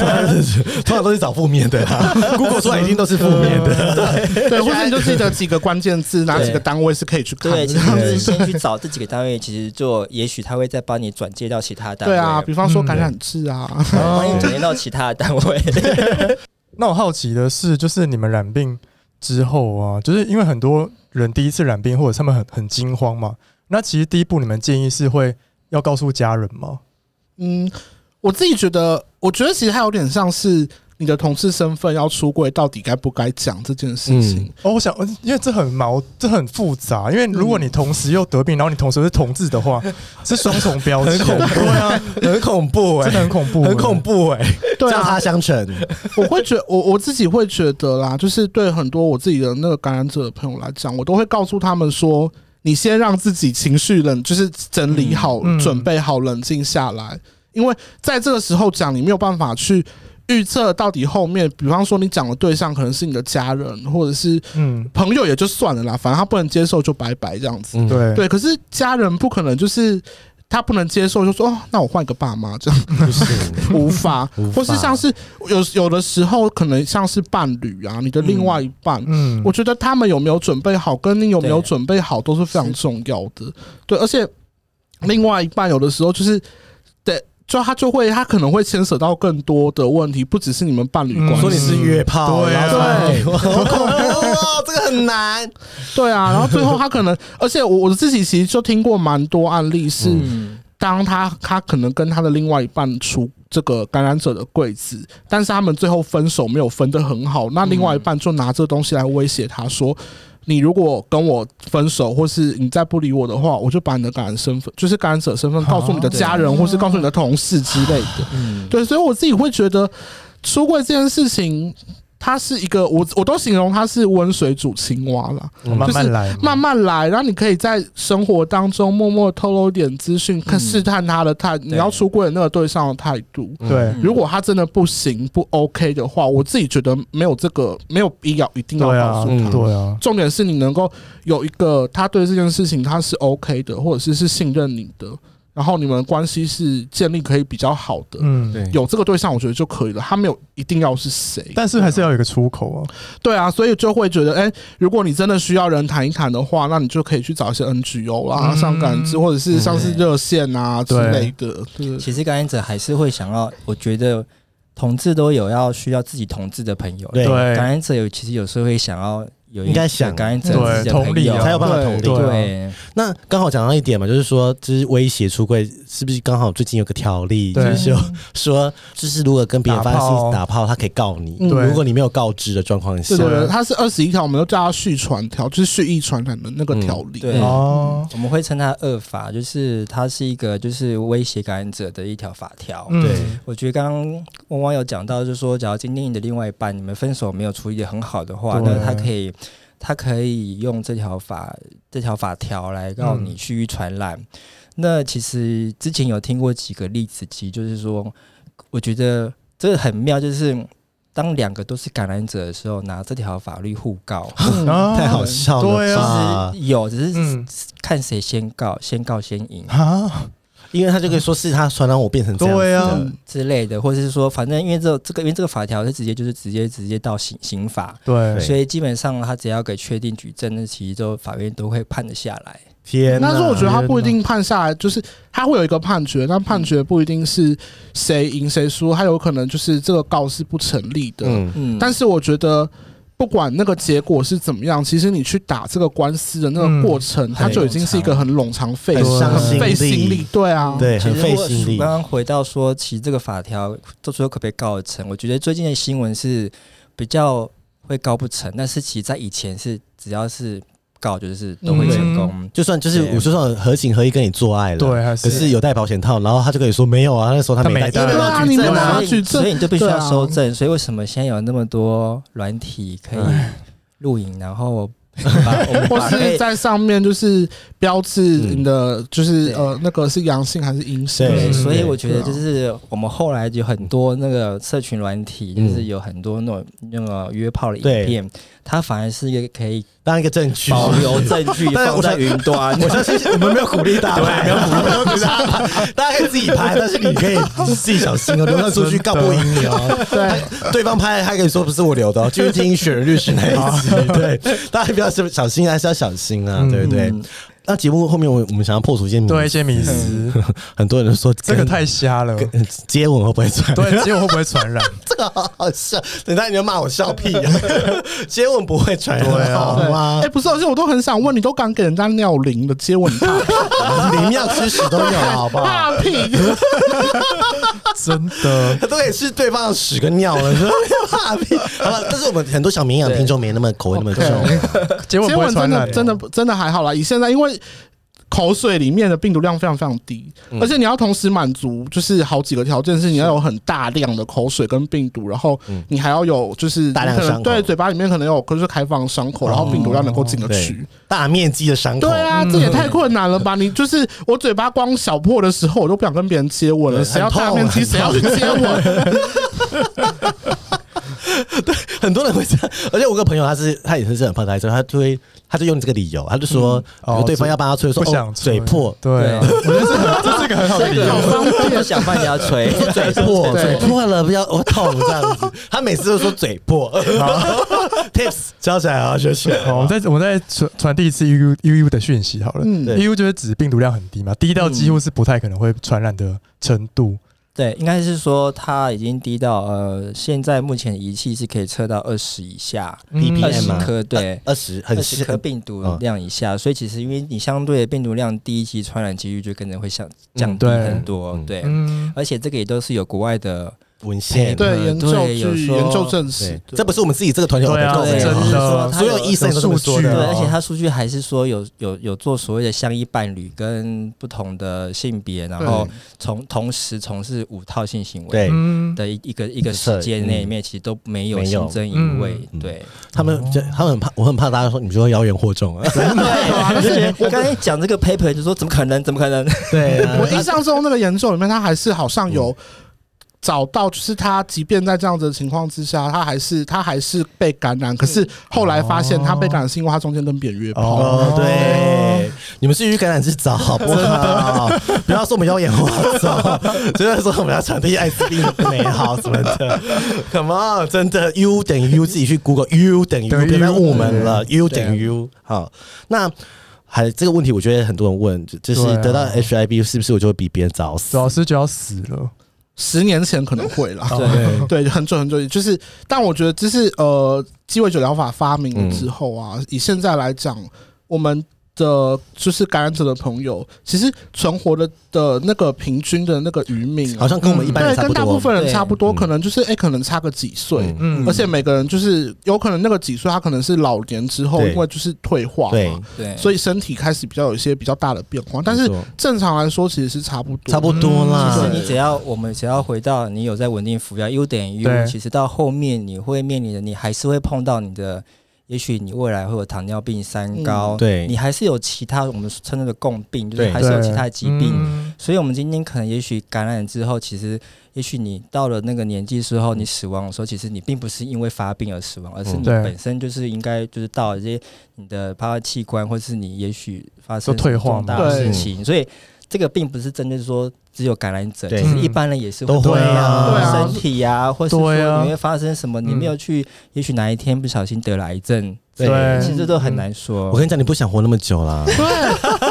Speaker 1: 通常都是找负面的啦。Google 出来一定都是负面的，
Speaker 4: 对，或者你就记得几个关键字，哪几个单位是可以去看的。
Speaker 3: 对，其实就是先去找这几个单位，其实就也许他会再帮你转介到其他单位。
Speaker 4: 对啊，比方说感染制啊，
Speaker 3: 对， 帮你转介到其他单位。
Speaker 2: 那我好奇的是，就是你们染病之后啊，就是因为很多人第一次染病，或者他们很很惊慌嘛。那其实第一步，你们建议是会要告诉家人吗？
Speaker 4: 嗯，我自己觉得，我觉得其实它有点像是你的同事身份要出柜，到底该不该讲这件事情。
Speaker 2: 哦，我想，呃因为这很矛，这很复杂。因为如果你同时又得病，然后你同时又是同志的话，是双重标签，对啊，
Speaker 1: 很恐怖
Speaker 2: 真
Speaker 1: 哎
Speaker 2: 的，很恐怖，
Speaker 1: 很恐。怖哎，
Speaker 4: 对
Speaker 1: 叫
Speaker 4: 啊
Speaker 1: 他，相成，
Speaker 4: 我会觉我我自己会觉得啦，就是对很多我自己的那个感染者的朋友来讲，我都会告诉他们说。你先让自己情绪冷，就是整理好、
Speaker 2: 嗯嗯
Speaker 4: 准备好、冷静下来，因为在这个时候讲，你没有办法去预测到底后面，比方说你讲的对象可能是你的家人，或者是
Speaker 2: 嗯，
Speaker 4: 朋友也就算了啦，反正他不能接受就拜拜这样子。
Speaker 1: 嗯，
Speaker 2: 对，啊
Speaker 4: 对，可是家人不可能就是他不能接受，就说哦，那我换一个爸妈这样
Speaker 1: 嗯不行，
Speaker 4: 无法
Speaker 1: 无，
Speaker 4: 或是
Speaker 1: 法
Speaker 4: 像是有有的时候可能像是伴侣啊，你的另外一半。
Speaker 2: 嗯，
Speaker 4: 我觉得他们有没有准备好，跟你有没有
Speaker 3: 对
Speaker 4: 准备好都是非常重要的。对，而且另外一半有的时候就是，对，就他就会他可能会牵涉到更多的问题，不只是你们伴侣
Speaker 2: 嗯
Speaker 4: 关
Speaker 1: 说你
Speaker 4: 系。
Speaker 1: 是约炮，
Speaker 2: 对
Speaker 1: 然后
Speaker 2: 啊
Speaker 1: 说你好恐怖哦，这个很难，
Speaker 4: 对啊，然后最后他可能，而且我我自己其实就听过蛮多案例是，
Speaker 3: 嗯，
Speaker 4: 当他他可能跟他的另外一半出这个感染者的柜子，但是他们最后分手没有分得很好，那另外一半就拿这东西来威胁他说。你如果跟我分手，或是你再不理我的话，我就把你的感染身份，就是感染者身份，告诉你的家人，或是告诉你的同事之类的。
Speaker 3: 嗯
Speaker 4: 对，所以我自己会觉得出柜这件事情，它是一个我我都形容它是温水煮青蛙啦。
Speaker 2: 我慢嗯慢来嘛，
Speaker 4: 慢慢来，然后你可以在生活当中默默透露一点资
Speaker 2: 嗯
Speaker 4: 讯，看试探他的态，你要出柜的那个对象的态度。
Speaker 2: 对，
Speaker 3: 嗯
Speaker 4: 如果他真的不行不 OK 的话，我自己觉得没有这个没有必要一定要
Speaker 2: 对啊
Speaker 4: 告诉，
Speaker 1: 嗯
Speaker 4: 他。
Speaker 2: 对啊，
Speaker 4: 重点是你能够有一个他对这件事情他是 OK 的，或者是是信任你的，然后你们关系是建立可以比较好的。
Speaker 2: 嗯，
Speaker 1: 对
Speaker 4: 有这个对象，我觉得就可以了。他没有一定要是谁，
Speaker 2: 但是还是要有一个出口啊。
Speaker 4: 对啊，所以就会觉得，哎、如果你真的需要人谈一谈的话，那你就可以去找一些 NGO 啦，
Speaker 2: 嗯
Speaker 4: 上感知或者是像是热线啊之类的。对，
Speaker 3: 其实感染者还是会想要，我觉得同志都有要需要自己同志的朋友，
Speaker 1: 对
Speaker 2: 对
Speaker 3: 感，染者有其实有时候会想要有一
Speaker 1: 应该想
Speaker 3: 感染者
Speaker 2: 对
Speaker 3: 自己的
Speaker 2: 同
Speaker 3: 朋
Speaker 2: 理啊
Speaker 3: 友，
Speaker 1: 才有办法同理
Speaker 2: 对。
Speaker 3: 对
Speaker 1: 那刚好讲到一点嘛，就是说，就是威胁出柜，是不是刚好最近有个条例，就
Speaker 2: 对
Speaker 1: 是说说，就是如果跟别人发生性
Speaker 2: 打炮
Speaker 1: 打炮，他可以告你，
Speaker 4: 嗯
Speaker 1: 如果你没有告知的状况下
Speaker 4: 对，对
Speaker 2: 是
Speaker 4: 对，它是二十一条，我们都叫它续传条，就是蓄意传染的那个条例。
Speaker 3: 对
Speaker 2: 哦，
Speaker 3: 我们会称它恶法，就是它是一个就是威胁感染者的一条法条。
Speaker 2: 嗯
Speaker 1: 对
Speaker 3: 我觉得刚刚汪汪有讲到，就是说，假如今天你的另外一半你们分手没有处理的很好的话，
Speaker 2: 对
Speaker 3: 那他可以他可以用这条法这条法条来
Speaker 2: 嗯
Speaker 3: 让你蓄意传染。那其实之前有听过几个例子，其实就是说，我觉得这个很妙，就是当两个都是感染者的时候，拿这条法律互告。
Speaker 4: 嗯
Speaker 2: 啊
Speaker 1: 太好笑了吧，
Speaker 2: 对啊
Speaker 3: 其实有，只是
Speaker 2: 嗯
Speaker 3: 看谁先告，先告先赢
Speaker 2: 啊，
Speaker 1: 因为他就可以说是他传染我变成这样子
Speaker 2: 对啊
Speaker 4: 嗯
Speaker 1: 的，
Speaker 3: 之类的，或者是说，反正因为这这个，因为这个法条是直接就是直接直接到刑刑法，
Speaker 2: 对
Speaker 1: 对
Speaker 3: 所以基本上他只要给确定举证，那其实就法院都会判得下来。
Speaker 2: 天哪，
Speaker 4: 但是我觉得他不一
Speaker 2: 天
Speaker 4: 定判下来，就是他会有一个判决，但判决不一定是谁赢谁输，他有可能就是这个告是不成立的。
Speaker 1: 嗯，
Speaker 3: 嗯，
Speaker 4: 但是我觉得，不管那个结果是怎么样，其实你去打这个官司的那个过程，它就已经是一个很冗长、费
Speaker 1: 很
Speaker 4: 时
Speaker 1: 伤
Speaker 4: 很费
Speaker 1: 心力
Speaker 4: 心力。对啊，
Speaker 1: 对，
Speaker 3: 其
Speaker 1: 很
Speaker 3: 实
Speaker 1: 费
Speaker 3: 我
Speaker 1: 心力
Speaker 3: 刚。刚回到说，其实这个法条到最后可不可以告得成？我觉得最近的新闻是比较会告不成，但是其实在以前是只要是告就是都会成功。
Speaker 1: 就算就是
Speaker 3: 对
Speaker 1: 我就算合情合意跟你做爱了，
Speaker 2: 对，还
Speaker 1: 可是有戴保险套，然后他就跟你说没有啊，那时候他
Speaker 2: 他没
Speaker 1: 戴，
Speaker 2: 戴
Speaker 1: 因为
Speaker 4: 对啊
Speaker 1: 没有举
Speaker 4: 你
Speaker 1: 证
Speaker 4: 没拿
Speaker 1: 啊
Speaker 3: 所以
Speaker 4: 去证
Speaker 3: 所以你就必须要
Speaker 4: 对啊
Speaker 3: 收证。所以为什么现在有那么多软体可以录影，然后把 我们
Speaker 4: 或
Speaker 3: 把
Speaker 4: 是在上面就是标志你的，就是
Speaker 3: 对
Speaker 4: 呃，那个是阳性还是阴性？
Speaker 1: 对
Speaker 3: 对，
Speaker 2: 嗯
Speaker 3: 所以
Speaker 1: 对啊
Speaker 3: 我觉得就是我们后来有很多那个社群软体，就
Speaker 1: 嗯
Speaker 3: 是有很多那种那个约炮的影
Speaker 1: 对
Speaker 3: 片，它反而是一个可以
Speaker 1: 当一个证据。
Speaker 3: 保 留证据
Speaker 1: 但是我
Speaker 3: 放在
Speaker 1: 想
Speaker 3: 云端。
Speaker 1: 我相信我们没有鼓励打牌，没有鼓励打牌， 大家可以自己拍，但是你可以自己小心哦，流浪出去告不赢你哦。对，对方拍他可以说不是我留的哦，就是听雪人律师那一集，对， 大家不要小心，还是要小心啊，
Speaker 2: 嗯
Speaker 1: 对不对？
Speaker 3: 嗯
Speaker 1: 那节目后面我我们想要破除一些迷思
Speaker 2: 对一些迷思，
Speaker 1: 嗯很多人说
Speaker 2: 这个
Speaker 1: 跟
Speaker 2: 太瞎了。
Speaker 1: 跟接吻会不会传？
Speaker 2: 对，结果会不会传 染？
Speaker 1: 这个好好笑，等一下你就骂我笑屁、啊，接吻不会传
Speaker 2: 对
Speaker 1: 染
Speaker 2: 啊
Speaker 1: 好
Speaker 4: 对
Speaker 1: 吗
Speaker 4: 哎，？不是，而且我都很想问，你都敢给人家尿淋的接吻他
Speaker 1: 灵药吃屎都有，好不好？
Speaker 4: 大屁？
Speaker 2: 真的，
Speaker 1: 他都可以吃对方的屎跟尿了，说怕屁。好了，但是我们很多小绵羊听众没那么口味那么重，
Speaker 2: 结果
Speaker 4: 接
Speaker 2: 不会
Speaker 4: 吻
Speaker 2: 传
Speaker 4: 真
Speaker 2: 染
Speaker 4: 的，真的不真的还好啦，以现在因为。口水里面的病毒量非常非常低，而且你要同时满足就是好几个条件，是你要有很大量的口水跟病毒，然后你还要有就是
Speaker 1: 大量的
Speaker 4: 你可
Speaker 1: 伤
Speaker 4: 能
Speaker 1: 口哦
Speaker 4: 对嘴巴里面可能有就是开放的伤口，然后病毒量能够进得去
Speaker 1: 对。，大面积的伤口
Speaker 4: 对。啊，这也太困难了吧！你就是我嘴巴光小破的时候，我都不想跟别人接吻
Speaker 1: 对
Speaker 4: 了，谁要
Speaker 1: 很痛
Speaker 4: 大面积，谁要去 接吻？
Speaker 1: 很多人会这样，而且我有个朋友他是他也是很胖的孩子，他就会他就用这个理由，他就说，比如
Speaker 2: 哦
Speaker 1: 对方要帮他吹，说
Speaker 2: 不想
Speaker 1: 哦嘴破，
Speaker 2: 对，啊我觉得这个这是一个很好的理
Speaker 3: 对，
Speaker 2: 由。
Speaker 3: 我就想帮人 家吹，
Speaker 1: 嘴破，
Speaker 4: 对
Speaker 1: 嘴破了，不要我痛这样子。他每次都说嘴破 ，tips 教起来啊，学学。
Speaker 2: 好，我们再我们再传传递一次 UU UU 的讯息好了。
Speaker 4: 嗯，
Speaker 1: 对
Speaker 2: UU 就是指病毒量很低嘛，低到几乎是不太可能会传染的程度。
Speaker 3: 对，应该是说它已经低到呃，现在目前仪器是可以测到二十以下，
Speaker 1: 嗯
Speaker 3: 二
Speaker 1: PM
Speaker 3: 十
Speaker 1: 吗
Speaker 3: 颗对。
Speaker 1: 二十很嗯
Speaker 3: 二十颗病毒量以下，所以其实因为你相对病毒量低，其实传染几率就跟着会降降低
Speaker 2: 对
Speaker 3: 很多
Speaker 1: 嗯，
Speaker 3: 对。
Speaker 2: 嗯，
Speaker 3: 而且这个也都是有国外的
Speaker 1: 文献，
Speaker 4: 对，
Speaker 3: 嗯
Speaker 4: 研究
Speaker 3: 对有
Speaker 4: 据
Speaker 3: 时候
Speaker 4: 研究证实
Speaker 1: 对，，这不是我们自己这个团队
Speaker 2: 对啊
Speaker 1: 搞的哦
Speaker 3: 对
Speaker 2: 真
Speaker 3: 就是
Speaker 2: 的
Speaker 3: 说，它
Speaker 1: 所有医生都这么说
Speaker 2: 有数据
Speaker 1: 的
Speaker 3: 对，
Speaker 2: 啊
Speaker 1: 哦
Speaker 3: 而且它数据还是说有有有做所谓的相依伴侣跟不同的性别，然后从同时从事五套性行为
Speaker 1: 对嗯
Speaker 2: 嗯，
Speaker 3: 的一一个一个时间内面，其实都没有
Speaker 1: 没有
Speaker 3: 新增一位
Speaker 1: 嗯，
Speaker 3: 对。
Speaker 1: 他们就他们很怕，我很怕大家说你们说谣言惑众啊。
Speaker 3: 对，但是我刚才讲这个 paper 就说怎么可能？怎么可能？
Speaker 1: 对啊
Speaker 4: 我印象中那个研究里面，他还是好像有找到，就是他即便在这样子的情况之下，他还是他还是被感染，可是后来发现他被感染是因为他中间跟别人约炮。
Speaker 1: 哦，对，你们是鱼感染之早，好不好？不要说我们妖言惑众，就是说我们要传递艾滋病的美好什么的。Come on，真的 U 等于 U，自己去 Google，U 等于 U，
Speaker 2: 等于 U，
Speaker 1: 别再问我们了，U 等于 U。好，那。还这个问题，我觉得很多人问，就就是
Speaker 2: 对啊
Speaker 1: 得到 HIV 是不是我就会比别人早死？
Speaker 2: 老师就要死了。
Speaker 4: 十年前可能会
Speaker 1: 哦
Speaker 4: 啦，
Speaker 3: 对，
Speaker 2: 哦
Speaker 4: 对，很久很久，就是，但我觉得就是呃，鸡尾酒疗法发明了
Speaker 1: 嗯
Speaker 4: 之后啊，以现在来讲，我们的就是感染者的朋友，其实存活的的那个平均的那个余命、啊，
Speaker 1: 好像跟我们一般人
Speaker 4: 对，
Speaker 1: 差
Speaker 4: 跟
Speaker 1: 不
Speaker 4: 大部
Speaker 1: 多。
Speaker 4: 分人差不多，
Speaker 1: 对
Speaker 4: 可能就是哎、可能差个几岁，
Speaker 1: 嗯
Speaker 2: 嗯
Speaker 4: 而且每个人就是有可能那个几岁，他可能是老年之后，
Speaker 1: 对
Speaker 4: 因为就是退化
Speaker 1: 对
Speaker 4: 嘛，
Speaker 3: 对，
Speaker 4: 所以身体开始比较有一些比较大的变化。但是
Speaker 1: 没错
Speaker 4: 正常来说，其实是差不多，
Speaker 1: 差不多啦。
Speaker 3: 其实
Speaker 4: 对
Speaker 3: 你只要我们只要回到你有在稳定服药 U 等于
Speaker 2: 对
Speaker 3: U，其实到后面你会面临的，你还是会碰到你的，也许你未来会有糖尿病、三
Speaker 1: 嗯
Speaker 3: 高，
Speaker 1: 对
Speaker 3: 你还是有其他我们称的共病，就是
Speaker 1: 对
Speaker 3: 还是有其他疾病。
Speaker 2: 嗯
Speaker 3: 所以，我们今天可能也许感染之后，其实也许你到了那个年纪之后，你死亡的时候，其实你并不是因为发病而死亡，而是
Speaker 1: 嗯
Speaker 3: 你
Speaker 2: 对
Speaker 3: 本身就是应该就是到了这些你的包括器官，或是你也许发
Speaker 2: 都
Speaker 3: 生
Speaker 2: 退化嘛
Speaker 3: 重大的事情，所以。这个并不是针对说只有感染者，
Speaker 1: 对
Speaker 3: 其实一般人也是
Speaker 1: 都会啊
Speaker 3: 对
Speaker 4: 对啊
Speaker 3: 身体呀、或是说
Speaker 2: 对啊
Speaker 3: 你会发生什么，你没
Speaker 1: 嗯
Speaker 3: 有去，也许哪一天不小心得了癌症，
Speaker 1: 对
Speaker 2: 对，
Speaker 3: 其实这都很难说
Speaker 1: 我。跟你讲，你不想活那么久啦。
Speaker 4: 对，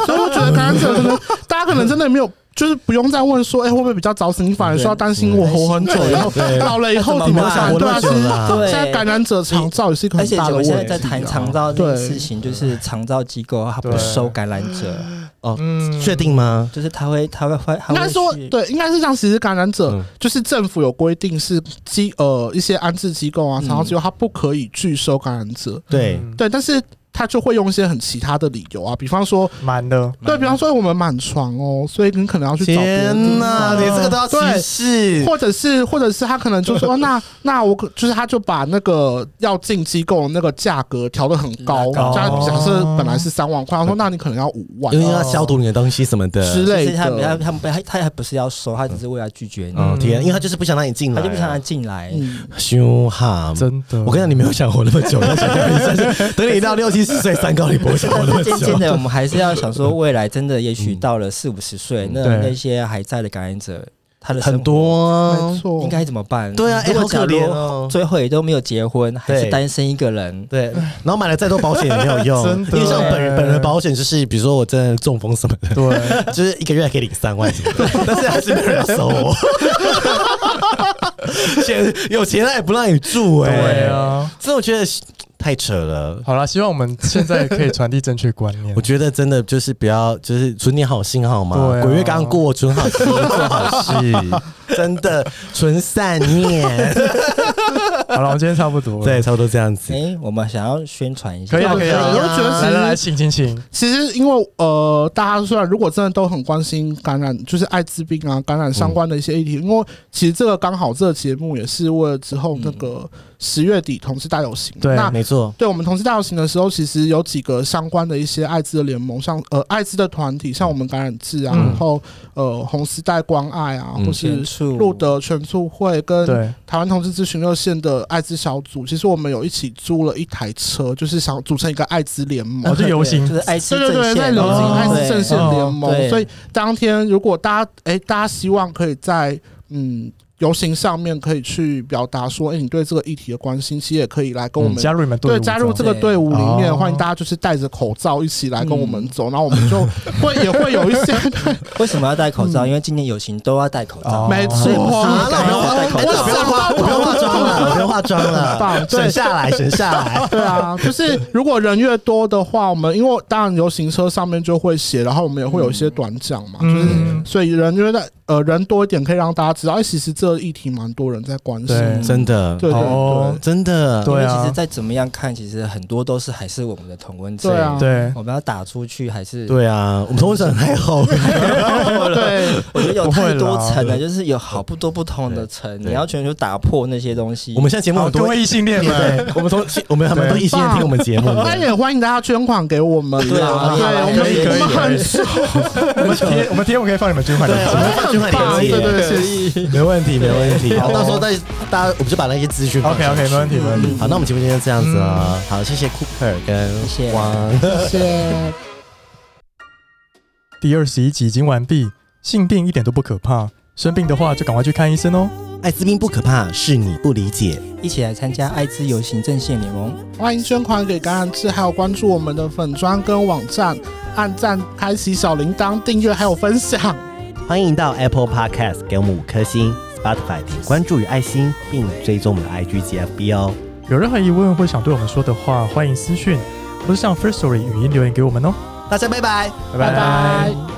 Speaker 4: 所啊可能真的，大家可能真的没有。就是不用再问说，哎、会不会比较早死？你反而说要担心我活很久，然后
Speaker 1: 对
Speaker 4: 老了以后
Speaker 1: 怎
Speaker 4: 怎
Speaker 1: 么
Speaker 4: 么
Speaker 1: 办
Speaker 4: 办？
Speaker 1: 活
Speaker 4: 对
Speaker 1: 那么
Speaker 4: 啊，其
Speaker 1: 久
Speaker 4: 实
Speaker 1: 了啊
Speaker 3: 对
Speaker 4: 现在感染者长照也是一个
Speaker 3: 而
Speaker 4: 很
Speaker 3: 且
Speaker 4: 大的
Speaker 3: 我
Speaker 4: 问题、
Speaker 3: 现
Speaker 4: 啊。
Speaker 3: 在在谈长照这件事
Speaker 4: 对，
Speaker 3: 情，就是长照机构它不
Speaker 2: 对
Speaker 3: 收感染者，
Speaker 2: 嗯
Speaker 1: 确定吗？
Speaker 3: 就是它会它会会它
Speaker 4: 应
Speaker 3: 会
Speaker 4: 该说
Speaker 3: 去
Speaker 4: 对，应该是这样。其实感染者、
Speaker 1: 嗯
Speaker 4: 就是政府有规定是机呃一些安置机构啊、
Speaker 3: 嗯
Speaker 4: 长照机构，它不可以拒收感染者。
Speaker 1: 对，
Speaker 2: 嗯
Speaker 4: 对，但是他就会用一些很其他的理由啊，比方说，
Speaker 2: 满的，
Speaker 4: 对比方说我们满床哦，所以你可能要去找别人。啊
Speaker 1: 天哪，
Speaker 2: 哪
Speaker 1: 你这个都要歧
Speaker 4: 对
Speaker 1: 视？
Speaker 4: 或者是，或者是他可能就说，哦那那我可就是他就把那个要进机构的那个价格调得很高，
Speaker 3: 拉高
Speaker 4: 假假设本来是三万块，他说那你可能要五万
Speaker 1: 因为要消毒你的东西什么的。
Speaker 4: 之类
Speaker 3: 其实他们他
Speaker 4: 的。
Speaker 3: 他们他他还不是要收，他只是为了拒绝你，
Speaker 1: 哦天，因为他就是不想让你进
Speaker 3: 他
Speaker 1: 来，
Speaker 3: 就不想让他进来。
Speaker 4: 嗯，
Speaker 1: 凶悍。
Speaker 2: 真的。
Speaker 1: 嗯我跟你讲，你没有想活那么久，你想活一下就等你到六七十岁三高，你不会想活那么
Speaker 3: 但是 渐渐
Speaker 1: 久。
Speaker 3: 的，我们还是要想说，未来真的也许到了四五十岁，那
Speaker 2: 对
Speaker 3: 那些还在的感染者，他的生活
Speaker 1: 很多
Speaker 4: 没
Speaker 1: 啊，
Speaker 4: 错，
Speaker 3: 应该怎么办？
Speaker 1: 对啊，哎，
Speaker 3: 如
Speaker 1: 好
Speaker 3: 果假
Speaker 1: 可
Speaker 3: 如
Speaker 1: 怜哦。
Speaker 3: 最后也都没有结婚，还
Speaker 1: 对
Speaker 3: 是单身一个人，
Speaker 1: 对， 然后买了再多保险也没有用，
Speaker 2: 真
Speaker 1: 因
Speaker 2: 的欸
Speaker 1: 为像我本人本人的保险就是，比如说我真的中风什么的，
Speaker 2: 对，
Speaker 1: 就是一个月还可以领三万什么的，但是还是没有人要收 我。钱有钱他也不让你住哎、
Speaker 2: 对啊。
Speaker 1: 这我觉得太扯了。
Speaker 2: 好啦，希望我们现在可以传递正确观 念
Speaker 1: 我。觉得真的就是不要，就是存点好心好吗？
Speaker 2: 对啊
Speaker 1: 鬼月刚过，存好心，做好事，真的存善 念。
Speaker 2: 好了，我们今天差不多了。
Speaker 1: 对，，差不多这样子。
Speaker 3: 哎，我们想要宣传一下
Speaker 2: 可以，啊，可以啊。
Speaker 4: 我就觉得其
Speaker 2: 来
Speaker 4: 实
Speaker 2: 来来，请请请，
Speaker 4: 其实，因为呃，大家虽然如果真的都很关心感染，就是艾滋病啊、感染相关的一些议题，因为其实这个刚好这个节目也是为了之后那个十月底同志大游行。
Speaker 2: 嗯对
Speaker 4: 那
Speaker 1: 没错，
Speaker 4: 对我们同志大游行的时候，其实有几个相关的一些艾滋的联盟，像呃艾滋的团体，像我们感染志啊，
Speaker 2: 嗯
Speaker 4: 然后呃红丝带关爱啊，
Speaker 1: 嗯
Speaker 4: 或
Speaker 3: 宣
Speaker 4: 是
Speaker 3: 处
Speaker 4: 路德全促会跟
Speaker 2: 对，
Speaker 4: 台湾同志咨询热线的艾滋小组，其实我们有一起租了一台车，就是想组成一个艾滋联 盟。
Speaker 2: 我是游行
Speaker 3: 就，是爱滋
Speaker 4: 对对
Speaker 3: 阵
Speaker 4: 对，在
Speaker 3: 线
Speaker 4: 流行
Speaker 2: 哦
Speaker 4: 爱滋阵线联
Speaker 3: 对
Speaker 4: 盟，所以当天如果大家哎、大家希望可以在嗯游行上面可以去表达说，哎、你对这个议题的关心，其实也可以来跟我们。
Speaker 2: 嗯加入你们队伍
Speaker 4: 对，
Speaker 2: 中，
Speaker 4: 嗯加入这个
Speaker 3: 对
Speaker 4: 队伍里面，
Speaker 2: 哦
Speaker 4: 欢迎大家就是戴着口罩一起来跟我们走，然后我们就会也会有一 些，
Speaker 3: 为什么要戴口罩？因为今年有行都要戴口罩
Speaker 2: 哦，
Speaker 4: 没
Speaker 3: 所以不
Speaker 4: 错，
Speaker 3: 是
Speaker 1: 啊，那
Speaker 3: 感
Speaker 1: 我不
Speaker 3: 染
Speaker 1: 用
Speaker 3: 者
Speaker 1: 化，哎那我不用化，我
Speaker 3: 戴口罩。
Speaker 1: 不用化妆了，我不用化妆
Speaker 4: 很棒
Speaker 1: 了，
Speaker 4: 对
Speaker 1: 省下来，省下来。
Speaker 4: 对啊，就是如果人越多的话，我们因为当然游行车上面就会写，然后我们也会有一些短讲嘛，就是
Speaker 2: 嗯，
Speaker 4: 所以人觉得呃人多一点，可以让大家知道，哎，其实这个议题蛮多人在关心。
Speaker 2: 对
Speaker 1: 真的，
Speaker 4: 对对
Speaker 2: 哦
Speaker 4: 对，
Speaker 1: 真的，
Speaker 2: 对
Speaker 3: 嗯因为
Speaker 2: 啊
Speaker 3: 其实再怎么样看，其实很多都是还是我们的同温层。
Speaker 4: 对啊
Speaker 2: 对，
Speaker 3: 我们要打出去还是？
Speaker 1: 对啊，我们同事很太厚，
Speaker 2: 哦
Speaker 4: 对，
Speaker 3: 我觉得有
Speaker 2: 不会
Speaker 3: 太
Speaker 2: 啦
Speaker 3: 多层了，就是有好不多不同的层，
Speaker 1: 对
Speaker 3: 你要全球打破那些东西。
Speaker 1: 我们现在节目
Speaker 2: 好
Speaker 1: 很
Speaker 2: 各
Speaker 1: 多
Speaker 2: 位异性恋们，
Speaker 1: 对，我们同我们还蛮多异性恋听我们节目
Speaker 4: 那
Speaker 1: 的，
Speaker 4: 也欢迎大家捐款给我们
Speaker 3: 对
Speaker 4: 啦，
Speaker 3: 啊
Speaker 4: 对，我
Speaker 2: 可以可以
Speaker 4: 们我们 很
Speaker 2: 我们贴我们贴，我们可以放你们捐款链
Speaker 1: 对，我们会放
Speaker 2: 接。
Speaker 1: 捐款
Speaker 4: 棒，
Speaker 1: 链
Speaker 4: 对
Speaker 1: 接，
Speaker 4: 对对，谢谢
Speaker 1: 没问题，没问题。
Speaker 2: 好
Speaker 1: 到时候再大家，我们就把那些资讯放
Speaker 2: OK
Speaker 1: 上
Speaker 2: OK，
Speaker 1: 去
Speaker 2: 没问题没问题。
Speaker 1: 好，那我们节目今天就这样子了。好，谢谢 Cooper 跟
Speaker 3: 谢谢
Speaker 1: 汪。
Speaker 4: 谢谢。
Speaker 2: 第二十一集已经完毕，性病一点都不可怕，生病的话就赶快去看医生哦。
Speaker 1: 艾滋病不可怕，是你不理解。
Speaker 3: 一起来参加艾滋游行阵线联盟，
Speaker 4: 欢迎捐款给感染志，还有关注我们的粉砖跟网站，按赞、开启小铃铛、订阅还有分享。
Speaker 1: 欢迎到 Apple Podcast 给我们五颗星，Spotify 点关注与爱心，并追踪我们的 IG 及 FB 哦。
Speaker 2: 有任何疑问或想对我们说的话，欢迎私讯或是上 First Story 语音留言给我们哦。
Speaker 1: 大家拜拜。
Speaker 2: 拜拜。
Speaker 4: 拜